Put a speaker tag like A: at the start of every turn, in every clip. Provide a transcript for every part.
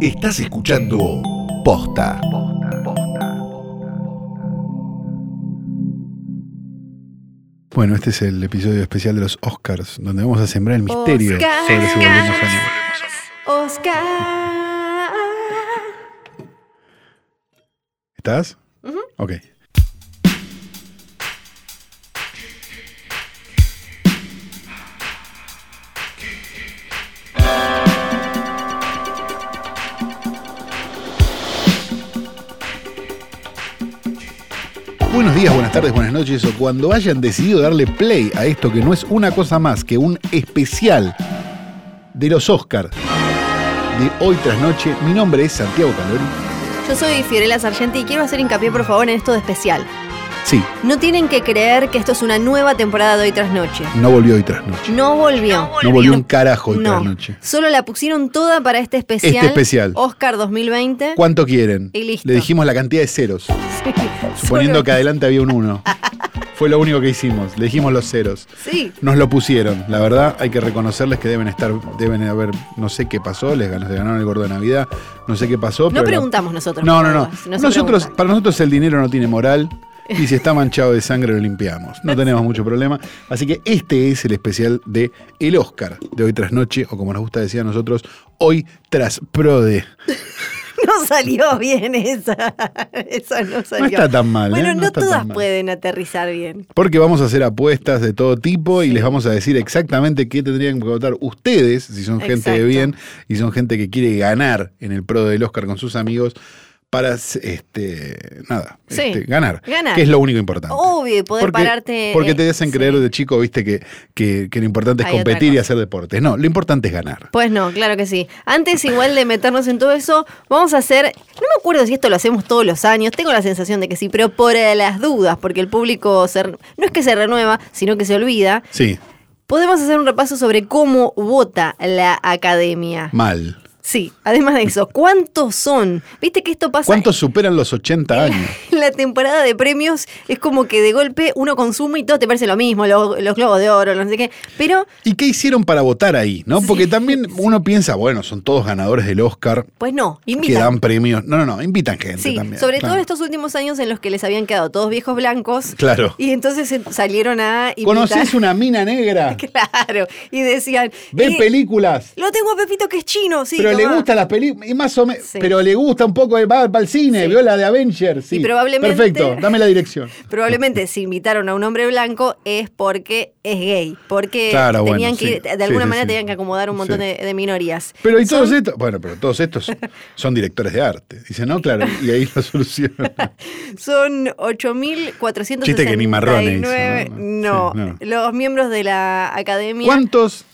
A: Estás escuchando Posta.
B: Bueno, este es el episodio especial de los Oscars, donde vamos a sembrar el misterio
C: Oscars.
B: sobre si volvemos o no.
C: Oscar.
B: ¿Estás? Ok. Buenos días, buenas tardes, buenas noches o cuando hayan decidido darle play a esto que no es una cosa más que un especial de los Oscars de hoy tras noche. Mi nombre es Santiago Calori.
C: Yo soy Fiorella Sargenti y quiero hacer hincapié, por favor, en esto de especial.
B: Sí,
C: No tienen que creer que esto es una nueva temporada de Hoy Tras Noche.
B: no volvió hoy tras noche.
C: No volvió.
B: No volvió un carajo hoy
C: No,
B: tras noche.
C: solo la pusieron toda para este especial.
B: Este especial.
C: Oscar 2020.
B: ¿Cuánto quieren?
C: Y listo.
B: Le dijimos la cantidad de ceros,
C: Sí,
B: suponiendo
C: solo-
B: que adelante había un uno. Fue lo único que hicimos, le dijimos los ceros.
C: Sí,
B: Nos lo pusieron, la verdad hay que reconocerles que deben estar, deben haber, no sé qué pasó, les ganaron, ganaron el gordo de Navidad, no sé qué pasó.
C: no
B: pero la-
C: preguntamos nosotros.
B: No, no,
C: por
B: no.
C: favor, si se
B: Nosotros,
C: preguntan.
B: para nosotros el dinero no tiene moral y si está manchado de sangre lo limpiamos. No tenemos mucho problema. Así que este es el especial de El Oscar de hoy tras noche, o como nos gusta decir a nosotros, hoy tras Prode.
C: No salió bien esa. Esa no salió.
B: está tan mal, ¿eh?
C: Bueno,
B: No
C: no,
B: está tan
C: todas
B: mal.
C: pueden aterrizar bien.
B: Porque vamos a hacer apuestas de todo tipo y les vamos a decir exactamente qué tendrían que votar ustedes, si son gente de
C: Exacto.
B: bien y son gente que quiere ganar en el pro del Oscar con sus amigos para este nada,
C: Sí,
B: este, ganar,
C: ganar.
B: que es lo único importante.
C: Obvio, y poder
B: porque,
C: pararte.
B: Porque te
C: eh,
B: hacen creer de chico, viste, que, que, que lo importante es
C: Hay otra
B: competir y
C: cosa.
B: hacer deportes. No, lo importante es ganar.
C: Pues no, claro que sí. Antes igual de meternos en todo eso, vamos a hacer, no me acuerdo si esto lo hacemos todos los años, tengo la sensación de que sí, pero por eh, las dudas, porque el público se- no es que se renueva, sino que se olvida,
B: Sí,
C: podemos hacer un repaso sobre cómo vota la academia.
B: mal.
C: Sí, además de eso, ¿cuántos son? ¿Viste que esto pasa?
B: ¿Cuántos superan los 80 años?
C: En la temporada de premios es como que de golpe uno consume y todo te parece lo mismo, lo- los globos de oro, no sé qué, pero
B: ¿Y qué hicieron para votar ahí? ¿No? Porque también uno piensa, bueno, son todos ganadores del Oscar.
C: pues no,
B: que
C: invitan.
B: dan premios. No, no, no, invitan gente
C: Sí,
B: también.
C: sobre todo
B: claro.
C: en estos últimos años en los que les habían quedado todos viejos blancos.
B: Claro.
C: Y entonces se- salieron a imitar.
B: ¿Conoces una mina negra?
C: Claro. Y decían.
B: Ve
C: "Eh,
B: películas.
C: Lo tengo a Pepito que es chino, sí.
B: pero le
C: tomá".
B: gustan las películas. Y más o menos.
C: Sí.
B: Pero le gusta un poco. eh, Va para el cine.
C: Sí.
B: Vio la de Avengers. Sí.
C: Y probablemente-
B: Perfecto. Dame la dirección.
C: Probablemente si invitaron a un hombre blanco es porque es gay. Porque
B: Claro, bueno,
C: tenían
B: sí.
C: que, de
B: Sí,
C: alguna
B: sí,
C: manera
B: sí.
C: tenían que acomodar un montón
B: Sí.
C: de, de minorías.
B: Pero y todos estos. Bueno, pero todos estos son directores de arte. Dicen, no, claro. Y ahí la solución.
C: Son 8.469.
B: Chiste que ni marrones hizo, ¿no?
C: No,
B: Sí, no.
C: los miembros de la academia.
B: ¿Cuántos?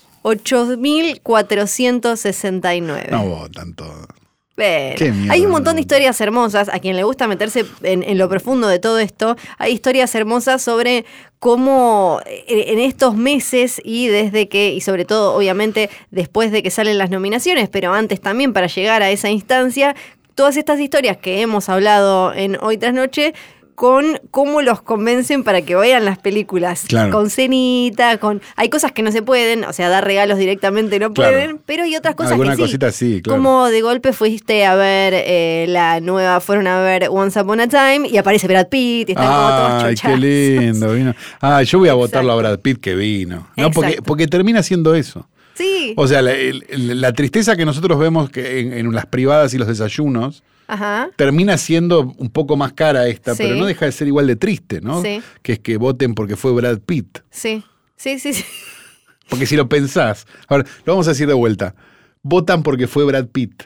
C: 8.469.
B: No votan todos.
C: Bueno,
B: Qué mierda,
C: hay un montón
B: no.
C: de historias hermosas, a quien le gusta meterse en, en lo profundo de todo esto, hay historias hermosas sobre cómo eh, en estos meses y desde que, y sobre todo obviamente después de que salen las nominaciones, pero antes también para llegar a esa instancia, todas estas historias que hemos hablado en Hoy tras Noche con cómo los convencen para que vayan las películas,
B: Claro.
C: con cenita, con hay cosas que no se pueden, o sea, dar regalos directamente no
B: Claro.
C: pueden, pero hay otras cosas
B: Alguna
C: que sí.
B: cosita sí, claro.
C: Como de golpe fuiste a ver eh, la nueva, fueron a ver Once Upon a Time y aparece Brad Pitt y están como
B: Ay,
C: todos
B: qué
C: chochazos.
B: lindo. Vino. Ay, yo voy a votarlo a Brad Pitt que vino. No, porque,
C: Exacto.
B: porque termina siendo eso.
C: Sí.
B: O sea, la, el- el- la tristeza que nosotros vemos que en, en las privadas y los desayunos
C: Ajá.
B: termina siendo un poco más cara esta,
C: Sí.
B: pero no deja de ser igual de triste, ¿no?
C: Sí.
B: Que es que voten porque fue Brad Pitt.
C: Sí. Sí, sí, sí.
B: Porque si lo pensás, ahora lo vamos a decir de vuelta, votan porque fue Brad Pitt.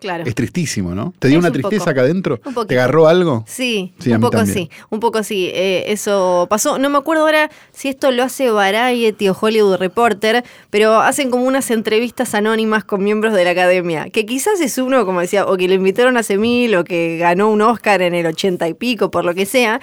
C: Claro.
B: Es tristísimo, ¿no? ¿Te dio
C: Es
B: una
C: un
B: tristeza
C: poco.
B: acá adentro?
C: Un poquito.
B: ¿Te agarró algo?
C: Sí,
B: Sí, a
C: un
B: mí
C: poco
B: también.
C: sí, un poco sí. eh, eso pasó. No me acuerdo ahora si esto lo hace Variety o Hollywood Reporter, pero hacen como unas entrevistas anónimas con miembros de la academia, que quizás es uno, como decía, o que lo invitaron hace mil o que ganó un Oscar en el ochenta y pico, por lo que sea.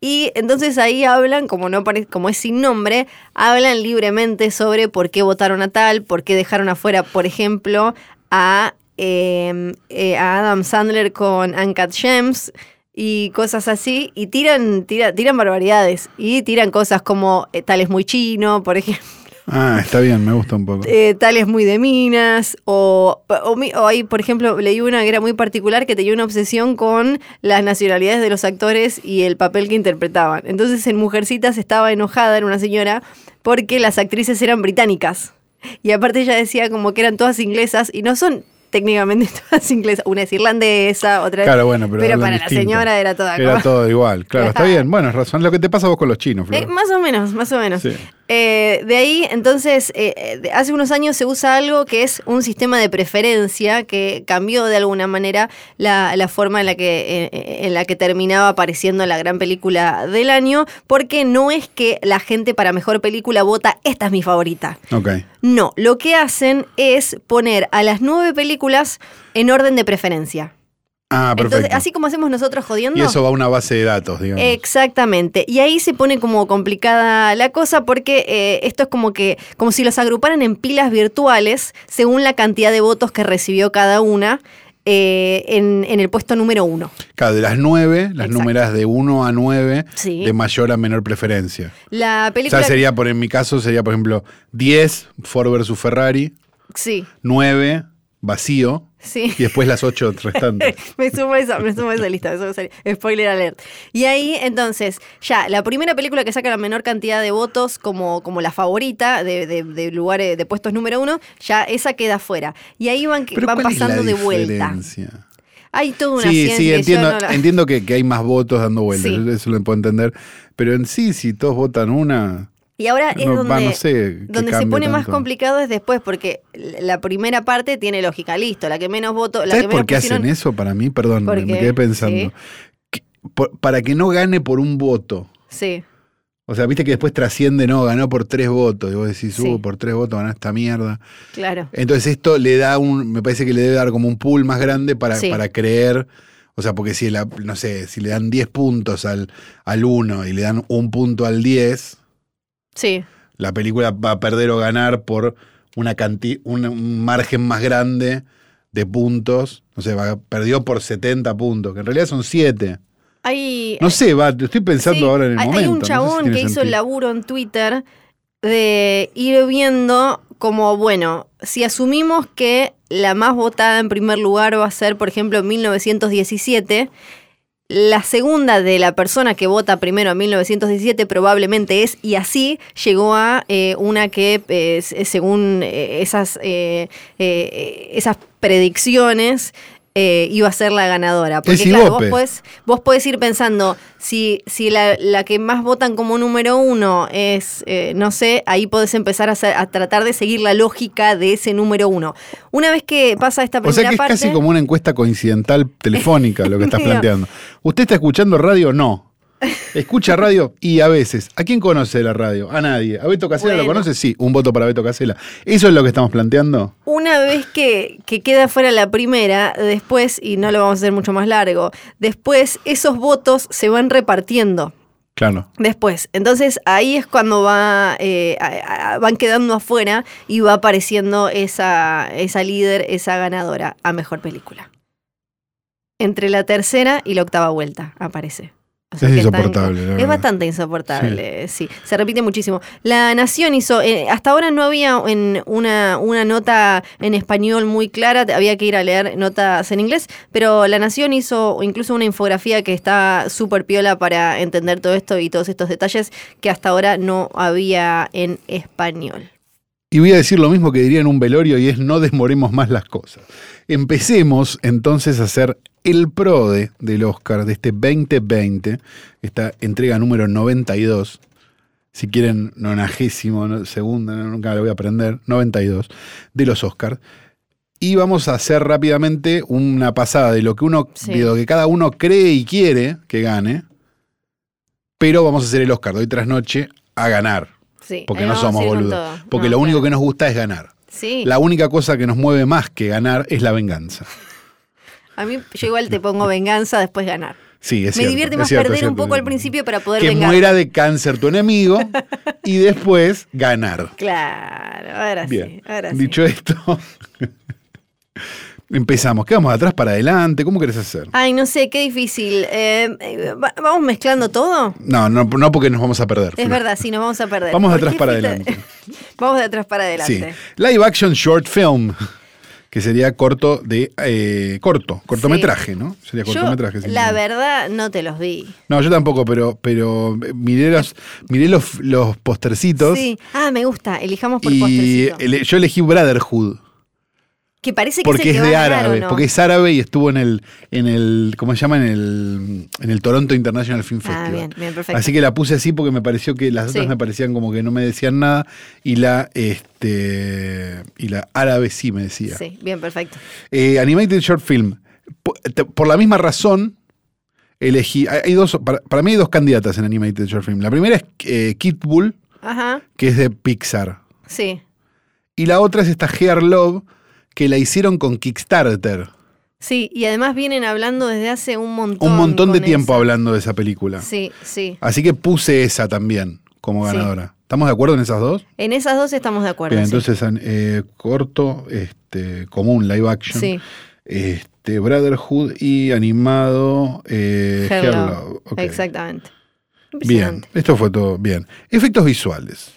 C: Y entonces ahí hablan, como, no pare- como es sin nombre, hablan libremente sobre por qué votaron a tal, por qué dejaron afuera, por ejemplo, a, eh, eh, a Adam Sandler con Uncut Gems y cosas así, y tiran, tira- tiran barbaridades, y tiran cosas como eh, tal es muy chino, por ejemplo.
B: Ah, está bien, me gusta un poco.
C: eh, tales muy de minas, o, o, mi- o hay, por ejemplo, leí una que era muy particular que tenía una obsesión con las nacionalidades de los actores y el papel que interpretaban. Entonces en Mujercitas estaba enojada, era una señora, porque las actrices eran británicas. Y aparte ella decía como que eran todas inglesas y no son técnicamente todas inglesas. Una es irlandesa, otra es...
B: Claro, bueno, pero. hablan
C: para la
B: distinto.
C: señora era toda...
B: Era
C: como-
B: todo igual, claro, está
C: Ajá.
B: bien. Bueno, es razón lo que te pasa a vos con los chinos, Flor.
C: Eh, más o menos, más o menos.
B: Sí.
C: Eh, de ahí, entonces, eh, eh, de- hace unos años se usa algo que es un sistema de preferencia que cambió de alguna manera la, la forma en la, que, eh, eh, en la que terminaba apareciendo la gran película del año, porque no es que la gente para mejor película vota, esta es mi favorita.
B: Ok.
C: No, lo que hacen es poner a las nueve películas en orden de preferencia.
B: Ah, perfecto.
C: Entonces, así como hacemos nosotros jodiendo.
B: y eso va a una base de datos, digamos.
C: Exactamente. Y ahí se pone como complicada la cosa porque eh, esto es como que, como si los agruparan en pilas virtuales según la cantidad de votos que recibió cada una eh, en, en el puesto número uno.
B: Claro, de las nueve, las
C: Exacto.
B: númeras de 1 a 9,
C: Sí.
B: de mayor a menor preferencia.
C: La
B: O sea,
C: película.
B: sería, por en mi caso, sería, por ejemplo, 10, Ford versus Ferrari,
C: Sí,
B: 9, vacío,
C: sí.
B: y después las 8 restantes.
C: me sumo a esa, me sumo a esa lista. eso me salió. Spoiler alert. Y ahí, entonces, ya, la primera película que saca la menor cantidad de votos como, como la favorita de, de- de lugares, de puestos número uno, ya esa queda fuera. Y ahí van,
B: Pero
C: van
B: ¿cuál es la
C: pasando de vuelta.
B: diferencia?
C: Hay toda una
B: Sí,
C: ciencia.
B: sí,
C: yo
B: entiendo,
C: no la-
B: entiendo que, que hay más votos dando vueltas,
C: Sí.
B: eso lo puedo entender. Pero en sí, si todos votan una,
C: Y ahora es
B: no,
C: donde,
B: va, no sé qué
C: donde se
B: cambia
C: pone más
B: tanto.
C: complicado es después, porque la primera parte tiene lógica, listo, la que menos voto, la
B: ¿Sabes
C: que menos
B: por qué
C: pusieron-
B: hacen eso para mí? Perdón,
C: ¿Por
B: me, me
C: qué?
B: quedé pensando.
C: Sí.
B: Que- por- para que no gane por un voto.
C: Sí,
B: O sea, viste que después trasciende, no, ganó por tres votos. Y vos decís,
C: Sí.
B: uh, por tres votos ganó esta mierda.
C: claro.
B: Entonces esto le da un, me parece que le debe dar como un pool más grande para,
C: Sí.
B: para creer. O sea, porque si, la- no sé, si le dan 10 puntos al, al 1 y le dan un punto al 10,
C: Sí,
B: la película va a perder o ganar por una canti- un, un margen más grande de puntos. No sé, va- perdió por 70 puntos, que en realidad son 7.
C: hay...
B: No sé, va, te estoy pensando
C: Sí,
B: ahora en el
C: hay, hay
B: momento.
C: un
B: no sé si
C: chabón
B: tiene
C: que hizo el
B: sentido.
C: laburo en Twitter de ir viendo como, bueno, si asumimos que la más votada en primer lugar va a ser, por ejemplo, 1917, la segunda de la persona que vota primero en 1917 probablemente es, y así llegó a eh, una que, eh, se- según eh, esas, eh, eh, esas predicciones, eh, iba a ser la ganadora. Porque,
B: Es
C: claro, vos
B: Ibope.
C: podés, vos podés ir pensando, si, si la, la que más votan como número uno es, eh, no sé, ahí podés empezar a, hacer- a tratar de seguir la lógica de ese número uno. Una vez que pasa esta
B: O
C: primera
B: sea que es
C: parte.
B: casi como una encuesta coincidental telefónica lo que estás
C: Digo.
B: planteando. ¿Usted está escuchando radio? No. ¿Escucha radio? Y a veces. ¿A quién conoce la radio? A nadie. ¿A Beto Casela lo
C: Bueno.
B: conoce? Sí, un voto para Beto Casela. ¿Eso es lo que estamos planteando?
C: Una vez que, que queda fuera la primera, después, y no lo vamos a hacer mucho más largo, después esos votos se van repartiendo.
B: Claro.
C: Después, entonces ahí es cuando va, eh, a- a- van quedando afuera y va apareciendo esa, esa líder, esa ganadora a mejor película. Entre la tercera y la octava vuelta aparece. O
B: Es
C: que están-
B: insoportable, la
C: es
B: verdad.
C: bastante insoportable, sí. Se repite muchísimo. La Nación hizo, eh, hasta ahora no había en una, una nota en español muy clara, te- había que ir a leer notas en inglés, pero La Nación hizo incluso una infografía que está súper piola para entender todo esto y todos estos detalles que hasta ahora no había en español.
B: Y voy a decir lo mismo que diría en un velorio y es no desmoremos más las cosas. Empecemos entonces a hacer el PRODE del Oscar de este 2020, esta entrega número 92. Si quieren, nonagésimo, no- segunda, no, nunca lo voy a aprender, 92, de los Oscars. Y vamos a hacer rápidamente una pasada de lo que uno,
C: Sí.
B: de lo que cada uno cree y quiere que gane, pero vamos a hacer el Oscar de hoy tras noche a ganar.
C: Sí,
B: Porque
C: ahí
B: no
C: vamos a
B: somos
C: ir con
B: boludos.
C: todo.
B: Porque
C: No,
B: lo único
C: claro.
B: que nos gusta es ganar.
C: Sí,
B: La única cosa que nos mueve más que ganar es la venganza.
C: a mí yo igual te pongo venganza, después ganar.
B: Sí, es
C: Me
B: cierto,
C: divierte
B: es
C: más
B: cierto,
C: perder
B: es cierto,
C: un poco
B: es
C: al
B: cierto.
C: principio para poder
B: Que
C: vengar.
B: muera de cáncer tu enemigo y después ganar.
C: Claro, ahora sí,
B: Bien.
C: ahora sí.
B: Dicho esto, empezamos. ¿Qué vamos de atrás para adelante? ¿Cómo querés hacer?
C: Ay, no sé, qué difícil. Eh, eh, va- ¿Vamos mezclando todo?
B: No, no, no porque nos vamos a perder.
C: Es
B: Flor.
C: verdad, sí, nos vamos a perder.
B: Vamos de
C: ¿Por
B: atrás
C: qué
B: para
C: fuiste-
B: adelante.
C: Vamos de atrás para
B: Sí.
C: adelante.
B: Live action short film, que sería corto de eh, corto, cortometraje, ¿no? Sería
C: Yo,
B: cortometraje. sí.
C: la verdad, no te los vi.
B: No, yo tampoco, pero, pero eh, miré los, miré los, los postercitos
C: Sí. Ah, me gusta. Elijamos por
B: y
C: postrecito.
B: ele- yo elegí Brotherhood.
C: Que parece que
B: Porque es
C: es, el que
B: de
C: va a ganar, ¿o
B: árabe,
C: no?
B: porque es árabe y estuvo en el, en el, ¿cómo se llama? En el, en el Toronto International Film
C: Ah,
B: Festival.
C: bien, bien, perfecto.
B: Así que la puse así porque me pareció que las otras
C: Sí.
B: me parecían como que no me decían nada y la, este, y la árabe sí me decía.
C: Sí, bien, perfecto.
B: Eh, animated Short Film. Po- te- Por, la misma razón, elegí. Hay hay dos, para, para mí hay dos candidatas en Animated Short Film. La primera es eh, Kid Bull,
C: Ajá,
B: que es de Pixar.
C: sí.
B: Y la otra es esta Gear Love, que la hicieron con Kickstarter.
C: Sí, y además vienen hablando desde hace un montón.
B: Un montón de
C: con
B: tiempo
C: esa.
B: hablando de esa película.
C: Sí, sí.
B: Así que puse esa también como
C: Sí.
B: ganadora. ¿Estamos de acuerdo en esas dos?
C: En esas dos estamos de acuerdo.
B: Bien,
C: sí.
B: entonces an- eh, corto, este, común, live action.
C: Sí.
B: Este, Brotherhood y animado eh, Hair
C: Hello.
B: Love. Ok.
C: Exactamente.
B: Bien,
C: Impresionante.
B: esto fue todo. Bien. Efectos visuales.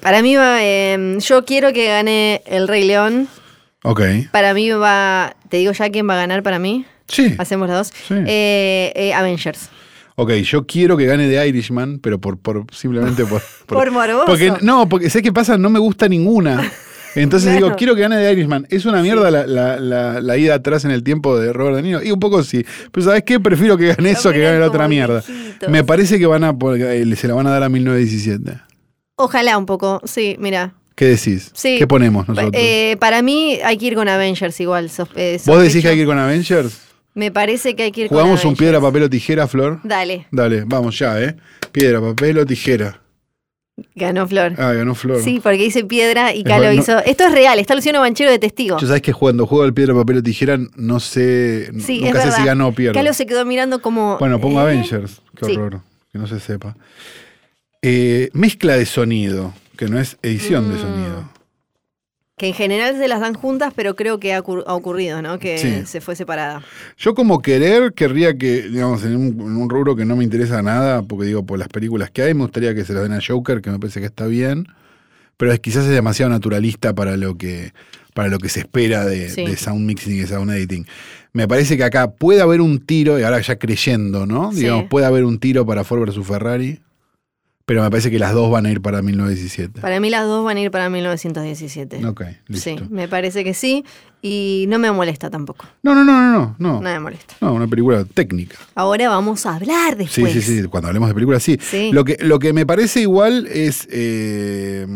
C: Para mí va. eh, yo quiero que gane el Rey León.
B: Ok.
C: Para mí va. Te digo ya quién va a ganar para mí.
B: Sí.
C: Hacemos las dos.
B: Sí.
C: Eh, eh, Avengers.
B: Ok, yo quiero que gane de Irishman, pero por, por simplemente por.
C: Por morboso.
B: Porque, no, porque sé qué pasa, no me gusta ninguna. Entonces
C: Claro.
B: digo, quiero que gane de Irishman. Es una mierda la, la- la- la ida atrás en el tiempo de Robert De Niro. Y un poco sí. Pero ¿sabes qué? Prefiero que gane eso a que
C: También
B: gane la
C: como
B: otra mierda.
C: viejitos.
B: Me parece que van a por- eh, se la van a dar a 1917.
C: Ojalá un poco. Sí, mira.
B: ¿Qué decís?
C: Sí.
B: ¿Qué ponemos nosotros?
C: Eh, para mí hay que ir con Avengers igual. sos- eh,
B: ¿Vos decís
C: sospecho.
B: que hay que ir con Avengers?
C: Me parece que hay que ir con
B: ¿Jugamos un
C: Avengers.
B: piedra, papel o tijera, Flor?
C: Dale,
B: Dale, vamos ya, ¿eh? Piedra, papel o tijera.
C: ganó Flor.
B: Ah, ganó Flor.
C: Sí, porque dice piedra y
B: Es
C: Calo
B: bueno, no-
C: hizo. Esto es real, está Luciano Banchero de testigo.
B: Yo sabes que cuando juego al piedra, papel o tijera, no sé. n-
C: Sí, es
B: nunca sé
C: verdad.
B: si ganó o pierde.
C: Calo se quedó mirando como.
B: Bueno, pongo
C: ¿eh?
B: Avengers. Qué
C: Sí.
B: horror. Que no se sepa. Eh, mezcla de sonido, que no es edición de
C: Mm.
B: sonido.
C: Que en general se las dan juntas, pero creo que ha, ocur- ha ocurrido, ¿no? Que
B: Sí.
C: se fue separada.
B: Yo, como querer, querría que, digamos, en un, en un rubro que no me interesa nada, porque digo, por las películas que hay, me gustaría que se las den a Joker, que me parece que está bien. Pero es, quizás es demasiado naturalista para lo que, para lo que se espera de,
C: Sí.
B: de sound mixing y de sound editing. Me parece que acá puede haber un tiro, y ahora ya creyendo, ¿no?
C: Sí.
B: Digamos, puede haber un tiro para Ford versus Ferrari. Pero me parece que las dos van a ir para 1917.
C: Para mí las dos van a ir para 1917.
B: Ok, listo.
C: Sí, me parece que sí. Y no me molesta tampoco.
B: No, no, no, no, no.
C: No
B: No,
C: me molesta.
B: no una película técnica.
C: Ahora vamos a hablar
B: Sí,
C: después.
B: sí, sí, cuando hablemos de películas, sí.
C: Sí.
B: Lo, que, lo que me parece igual es, eh,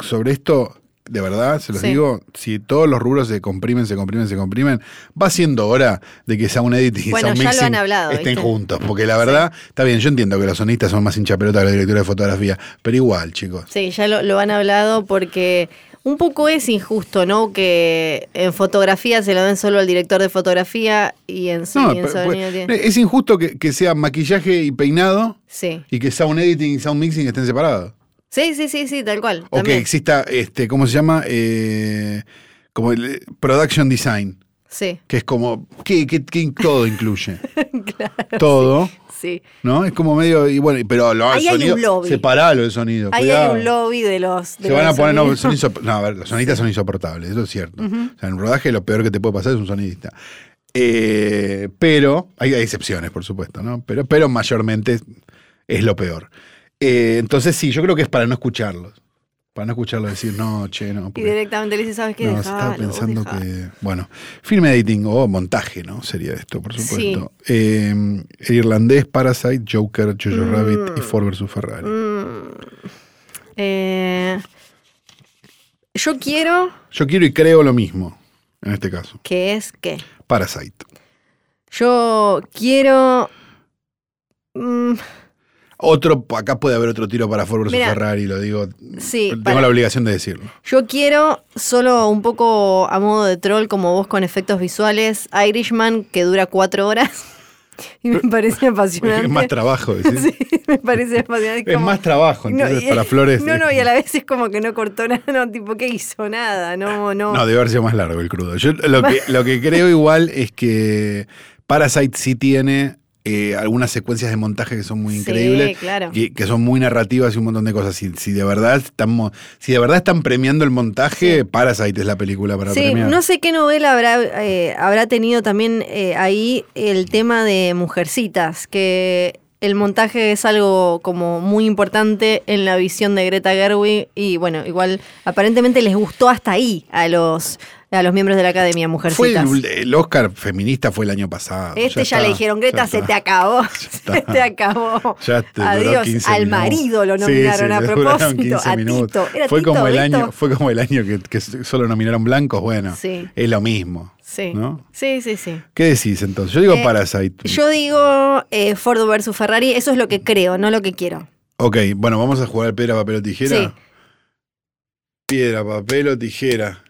B: sobre esto, de verdad, se los
C: Sí.
B: digo, si todos los rubros se comprimen, se comprimen, se comprimen, va siendo hora de que Sound Editing y
C: Bueno,
B: Sound
C: ya lo
B: Mixing
C: han hablado,
B: estén
C: ¿viste?
B: juntos, porque la verdad, está bien, yo entiendo que los sonistas son más hinchapelotas que los directores de fotografía, pero igual, chicos.
C: Sí, ya lo, lo han hablado porque un poco es injusto, ¿no? Que en fotografía se lo den solo al director de fotografía y en, so-
B: No,
C: y en
B: pero-
C: sonido
B: pues,
C: tiene-
B: es injusto que, que sea maquillaje y peinado
C: Sí.
B: y que Sound Editing y Sound Mixing estén separados.
C: Sí, sí, sí, sí, tal cual.
B: O que
C: también.
B: exista, este, ¿cómo se llama? Eh, como el eh, production design,
C: Sí,
B: que es como, ¿qué, qué- qué todo incluye?
C: claro,
B: todo,
C: sí.
B: ¿no? Es como medio, y bueno, pero lo
C: Ahí
B: el
C: hay
B: sonido,
C: un lobby.
B: separalo del sonido.
C: Ahí hay
B: cuidado.
C: un lobby de los. de
B: Se van
C: los
B: a poner, no,
C: sonidos.
B: son insop- no, a ver, los sonidistas son insoportables, eso es cierto. O sea, en un rodaje lo peor que te puede pasar es un sonidista. Eh, pero, hay, hay excepciones, por supuesto, ¿no? Pero, pero mayormente es, es lo peor. Eh, entonces, sí, yo creo que es para no escucharlos. Para no escucharlos decir, no, che, no.
C: Y
B: porque-
C: directamente le dice, ¿sabes qué?
B: no,
C: Dejalo,
B: estaba pensando
C: dejalo".
B: que. Bueno, film editing o montaje, ¿no? Sería esto, por supuesto. Eh, el irlandés, Parasite, Joker, Jojo
C: Mm.
B: Rabbit y Ford vs Ferrari.
C: Eh, yo quiero
B: Yo quiero y creo lo mismo, en este caso.
C: que es que.
B: Parasite.
C: Yo quiero. mm,
B: Otro, acá puede haber otro tiro para Ford vs
C: Mirá.
B: Ferrari, lo digo.
C: Sí,
B: tengo
C: para-
B: la obligación de decirlo.
C: Yo quiero, solo un poco a modo de troll, como vos con efectos visuales, Irishman, que dura cuatro horas. Y me parece apasionante.
B: Es más trabajo, decís.
C: Sí, me parece apasionante.
B: Es
C: como-
B: más trabajo,
C: No,
B: entonces
C: y-
B: para Flores.
C: No,
B: es
C: no, y
B: como-
C: a la vez es como que no cortó nada, no, tipo, que hizo nada, no, no.
B: No, debe haber sido más largo el crudo. Yo lo que, lo que creo igual es que Parasite sí tiene eh, algunas secuencias de montaje que son muy
C: Sí,
B: increíbles,
C: claro.
B: que, que son muy narrativas y un montón de cosas. Si, si de verdad estamos, si de verdad están premiando el montaje, Parasite es la película para
C: Sí,
B: premiar.
C: no sé qué novela habrá, eh, habrá tenido también eh, ahí el tema de Mujercitas, que el montaje es algo como muy importante en la visión de Greta Gerwig y bueno, igual aparentemente les gustó hasta ahí a los, a los miembros de la Academia
B: Fue
C: Mujercitas.
B: el, el Oscar feminista fue el año pasado.
C: este ya,
B: está,
C: le dijeron, Greta,
B: ya
C: se
B: está.
C: te acabó,
B: está.
C: se te acabó.
B: Ya te duró
C: Adiós,
B: 15
C: al
B: minutos.
C: marido lo
B: Sí,
C: nominaron
B: sí,
C: a
B: le duraron
C: propósito,
B: 15
C: a
B: minutos.
C: Tito. ¿Era
B: fue
C: Tito,
B: como el
C: Beto?
B: año, fue como el año que, que solo nominaron blancos, bueno,
C: Sí.
B: es lo mismo.
C: Sí.
B: ¿no?
C: sí, sí, sí.
B: ¿Qué decís entonces? Yo digo
C: Eh,
B: Parasite.
C: Yo digo eh, Ford versus Ferrari, eso es lo que creo, no lo que quiero.
B: Ok, bueno, vamos a jugar al piedra, papel o tijera.
C: Sí.
B: Piedra, papel o tijera.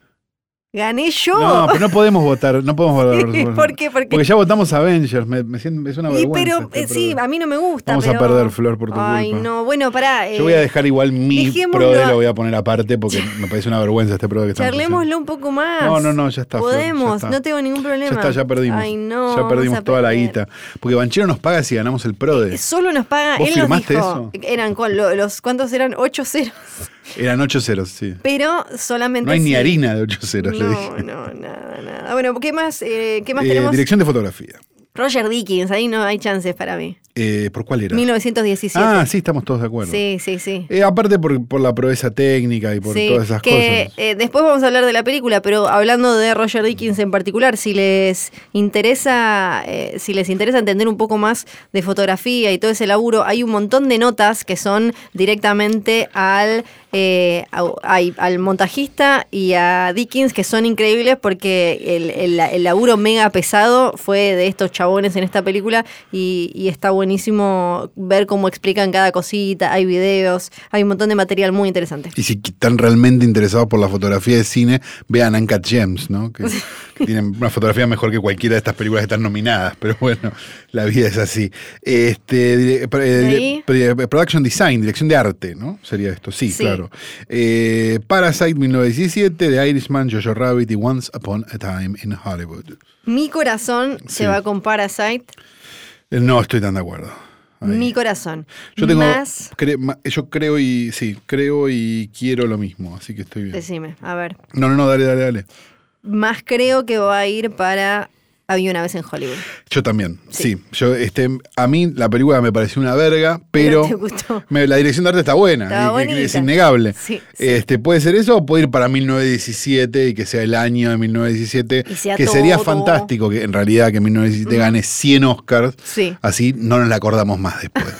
C: Gané yo.
B: No, pero no podemos votar, no podemos votar.
C: ¿Y ¿Por qué? Porque,
B: Porque ya votamos Avengers, me, me siento, es una
C: y,
B: vergüenza.
C: pero
B: este
C: eh, sí,
B: programa.
C: a mí no me gusta.
B: Vamos a
C: pero-
B: perder, Flor, por tu
C: Ay,
B: culpa.
C: no, bueno, pará. eh,
B: Yo voy a dejar igual mi
C: dejémoslo
B: pro de
C: a-
B: lo voy a poner aparte porque me parece una vergüenza este pro que estamos
C: Charlémoslo un poco más.
B: haciendo. No, no, no, ya está. Flor, ya
C: Podemos,
B: está.
C: no tengo ningún
B: Ya
C: problema.
B: está, ya perdimos.
C: Ay, no.
B: ya
C: vamos
B: perdimos
C: a
B: toda la
C: perder.
B: guita. Porque Banchero nos paga si ganamos el PRODE.
C: Solo nos paga.
B: ¿Vos
C: él nos
B: firmaste
C: dijo.
B: eso?
C: Eran con lo- los cuántos eran 8 ceros,
B: Eran 8 ceros, sí.
C: pero solamente
B: No hay ni
C: sí.
B: harina de 8 ceros, le
C: No,
B: dije.
C: no, nada, nada. Bueno, ¿qué más, eh, qué más
B: Eh,
C: tenemos?
B: dirección de fotografía.
C: Roger Dickens, ahí no hay chances para mí.
B: Eh, ¿Por cuál era?
C: 1917.
B: ah, sí, estamos todos de acuerdo.
C: sí, sí, sí.
B: Eh, aparte por, por la proeza técnica y por
C: Sí,
B: todas esas
C: que,
B: cosas.
C: eh, después vamos a hablar de la película, pero hablando de Roger Dickens en particular, si les interesa, eh, si les interesa entender un poco más de fotografía y todo ese laburo, hay un montón de notas que son directamente al, eh, au- ay, al montajista y a Dickens que son increíbles porque el, el- el laburo mega pesado fue de estos chabones en esta película y, y está buenísimo ver cómo explican cada cosita, hay videos, hay un montón de material muy interesante.
B: Y si están realmente interesados por la fotografía de cine, vean Uncut Gems, ¿no? Que, que tienen una fotografía mejor que cualquiera de estas películas que están nominadas, pero bueno, la vida es así. Este, dire- pro- eh,
C: Ahí.
B: dire- pro- production Design, dirección de arte, ¿no? Sería esto, sí,
C: Sí.
B: claro. Eh, Parasite 1917, The Irishman, Jojo Rabbit y Once Upon a Time in Hollywood.
C: Mi corazón
B: Sí.
C: se va con Parasite.
B: Eh, No estoy tan de acuerdo. Ahí.
C: Mi corazón.
B: Yo tengo.
C: Más,
B: cre- ma- yo creo y. Sí, creo y quiero lo mismo, así que estoy bien.
C: decime, a ver.
B: No, no, no, dale, dale, dale.
C: Más creo que va a ir para Había una vez en Hollywood.
B: Yo también, sí.
C: Sí.
B: Yo, este, a mí la película me pareció una verga, pero.
C: Pero te gustó.
B: me- la dirección de arte está buena,
C: Está
B: y- y-
C: bonita.
B: es innegable.
C: Sí, sí.
B: Este, puede ser eso o puede ir para 1917 y que sea el año de 1917,
C: Y sea
B: que sería
C: todo. Mm.
B: fantástico que en realidad que 1917 gane 100 Oscars,
C: Sí,
B: así no nos la acordamos más después.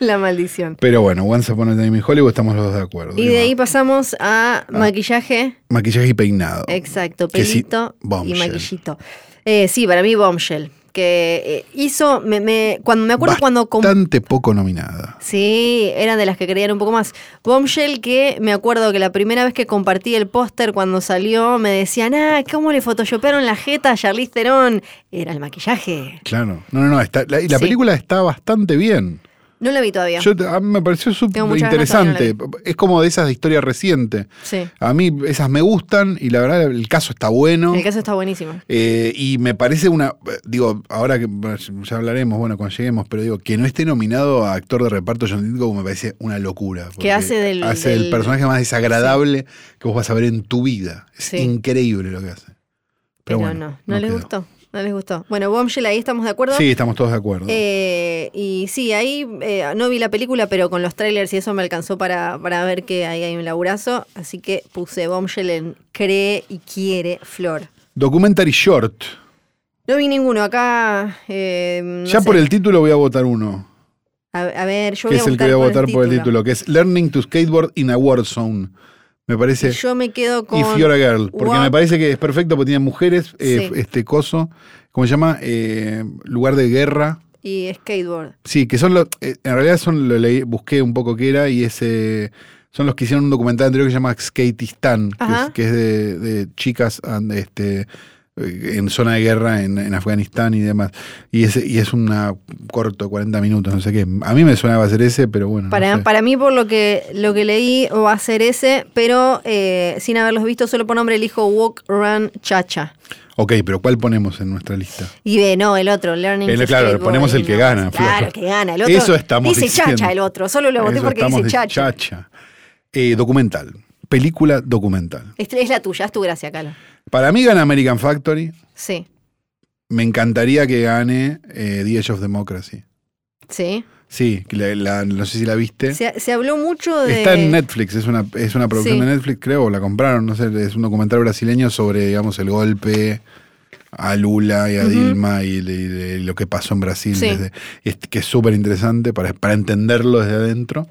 C: la maldición.
B: pero bueno, Once Upon a Time in Hollywood estamos los dos de acuerdo.
C: Y
B: ¿Qué
C: de
B: más?
C: ahí pasamos a maquillaje.
B: Maquillaje y peinado.
C: Exacto,
B: Ah. Que sí,
C: pelito y
B: Bombshell.
C: maquillito. Eh, sí, para mí Bombshell. Que eh, hizo, me, me- cuando, me acuerdo cuando compré
B: Bastante poco nominada.
C: Sí, eran de las que creían un poco más. Bombshell, que me acuerdo que la primera vez que compartí el póster cuando salió, me decían, ah, ¿cómo le photoshopearon la jeta a Charlize Theron? Era el maquillaje.
B: Claro. No, no, no. Está, la y la
C: Sí.
B: película está bastante bien.
C: No la vi todavía.
B: Yo, a mí me pareció súper
C: Tengo muchas ganas,
B: interesante. Es como de esas de historia reciente.
C: sí.
B: A mí esas me gustan y la verdad el caso está bueno.
C: El caso está buenísimo.
B: Eh, y me parece una. Digo, ahora que bueno, ya hablaremos, bueno, cuando lleguemos, pero digo, que no esté nominado a actor de reparto John Lithgow me parece una locura. porque
C: hace del-
B: Hace el
C: del-
B: personaje más desagradable que vos vas a ver en tu vida. Es
C: Sí.
B: increíble lo que hace.
C: Pero,
B: bueno,
C: no, no, les
B: quedó.
C: gustó. No les gustó. Bueno, Bombshell, ahí estamos de acuerdo.
B: Sí, estamos todos de acuerdo.
C: Eh, y sí, ahí eh, no vi la película, pero con los trailers y eso me alcanzó para, para ver que ahí hay un laburazo. Así que puse Bombshell en Cree y Quiere Flor.
B: Documentary Short.
C: No vi ninguno acá. eh, no
B: ya
C: sé.
B: por el título voy a votar uno.
C: A, a ver, yo
B: que
C: voy
B: es
C: a
B: el que voy a votar por el título, que es Learning to Skateboard in a War Zone. Me parece.
C: Yo me quedo con.
B: Y Fiora Girl, porque
C: Wa-
B: me parece que es perfecto porque tiene mujeres, eh,
C: Sí.
B: este coso, ¿cómo se llama? Eh, lugar de guerra.
C: Y skateboard.
B: Sí, que son los. eh, en realidad son lo leí, busqué un poco qué era y ese. Son los que hicieron un documental anterior que se llama Skatistan, que es,
C: Ajá.
B: que es de, de chicas and- este, eh, en zona de guerra en, en Afganistán y demás. Y es, y es una corto, 40 minutos, no sé qué. A mí me suena que va a ser ese, pero bueno. no
C: Para,
B: sé.
C: para mí, por lo que, lo que leí, va a ser ese, pero eh, sin haberlos visto, solo por nombre elijo Walk, Run, Chacha.
B: Ok, pero ¿cuál ponemos en nuestra lista?
C: Y ve, no, el otro, Learning
B: El-
C: to
B: Eh, claro,
C: Skateboard,
B: ponemos el
C: y
B: que
C: no.
B: gana,
C: Claro,
B: Flor.
C: el que gana. El otro
B: Eso estamos
C: Dice
B: diciendo.
C: chacha el otro, solo lo voté
B: Eso
C: porque
B: estamos
C: dice
B: de-
C: chacha.
B: chacha. Eh, documental. Película documental.
C: Es, es la tuya, es tu gracia, Calo.
B: Para mí gana American Factory.
C: Sí,
B: Me encantaría que gane eh, The Age of Democracy.
C: sí.
B: Sí, la- la- no sé si la viste.
C: Se, se habló mucho de...
B: Eh. Está en Netflix, es una, es una producción
C: Sí.
B: de Netflix, creo, o la compraron, no sé, es un documental brasileño sobre, digamos, el golpe a Lula y a
C: Ujú.
B: Dilma y, le- y le- y lo que pasó en Brasil,
C: Sí.
B: desde- es- que es súper interesante para, para entenderlo desde adentro.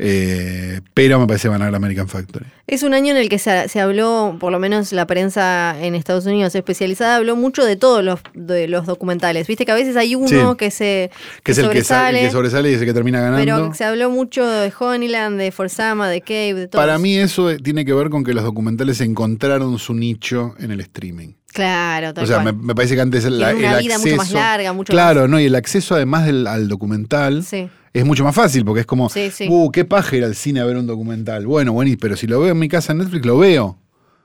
B: Eh, pero me parece ganar American Factory.
C: Es un año en el que se, se habló, por lo menos la prensa en Estados Unidos especializada, habló mucho de todos los, de los documentales. Viste que a veces hay uno
B: Sí.
C: que se
B: Que es el que, sa- el que sobresale y es el que termina ganando.
C: pero se habló mucho de Honeyland, de Forzama, de Cave, de todo.
B: Para mí eso eh, tiene que ver con que los documentales encontraron su nicho en el streaming.
C: Claro, tal
B: O sea,
C: cual.
B: me, me parece que antes el,
C: Y en una
B: el
C: vida
B: acceso.
C: mucho más larga, mucho
B: claro, no, y el acceso además del, al documental
C: Sí.
B: es mucho más fácil porque es como,
C: Sí, sí.
B: uh, qué paja ir al cine a ver un documental. Bueno, bueno, y- pero si lo veo en mi casa en Netflix, lo veo.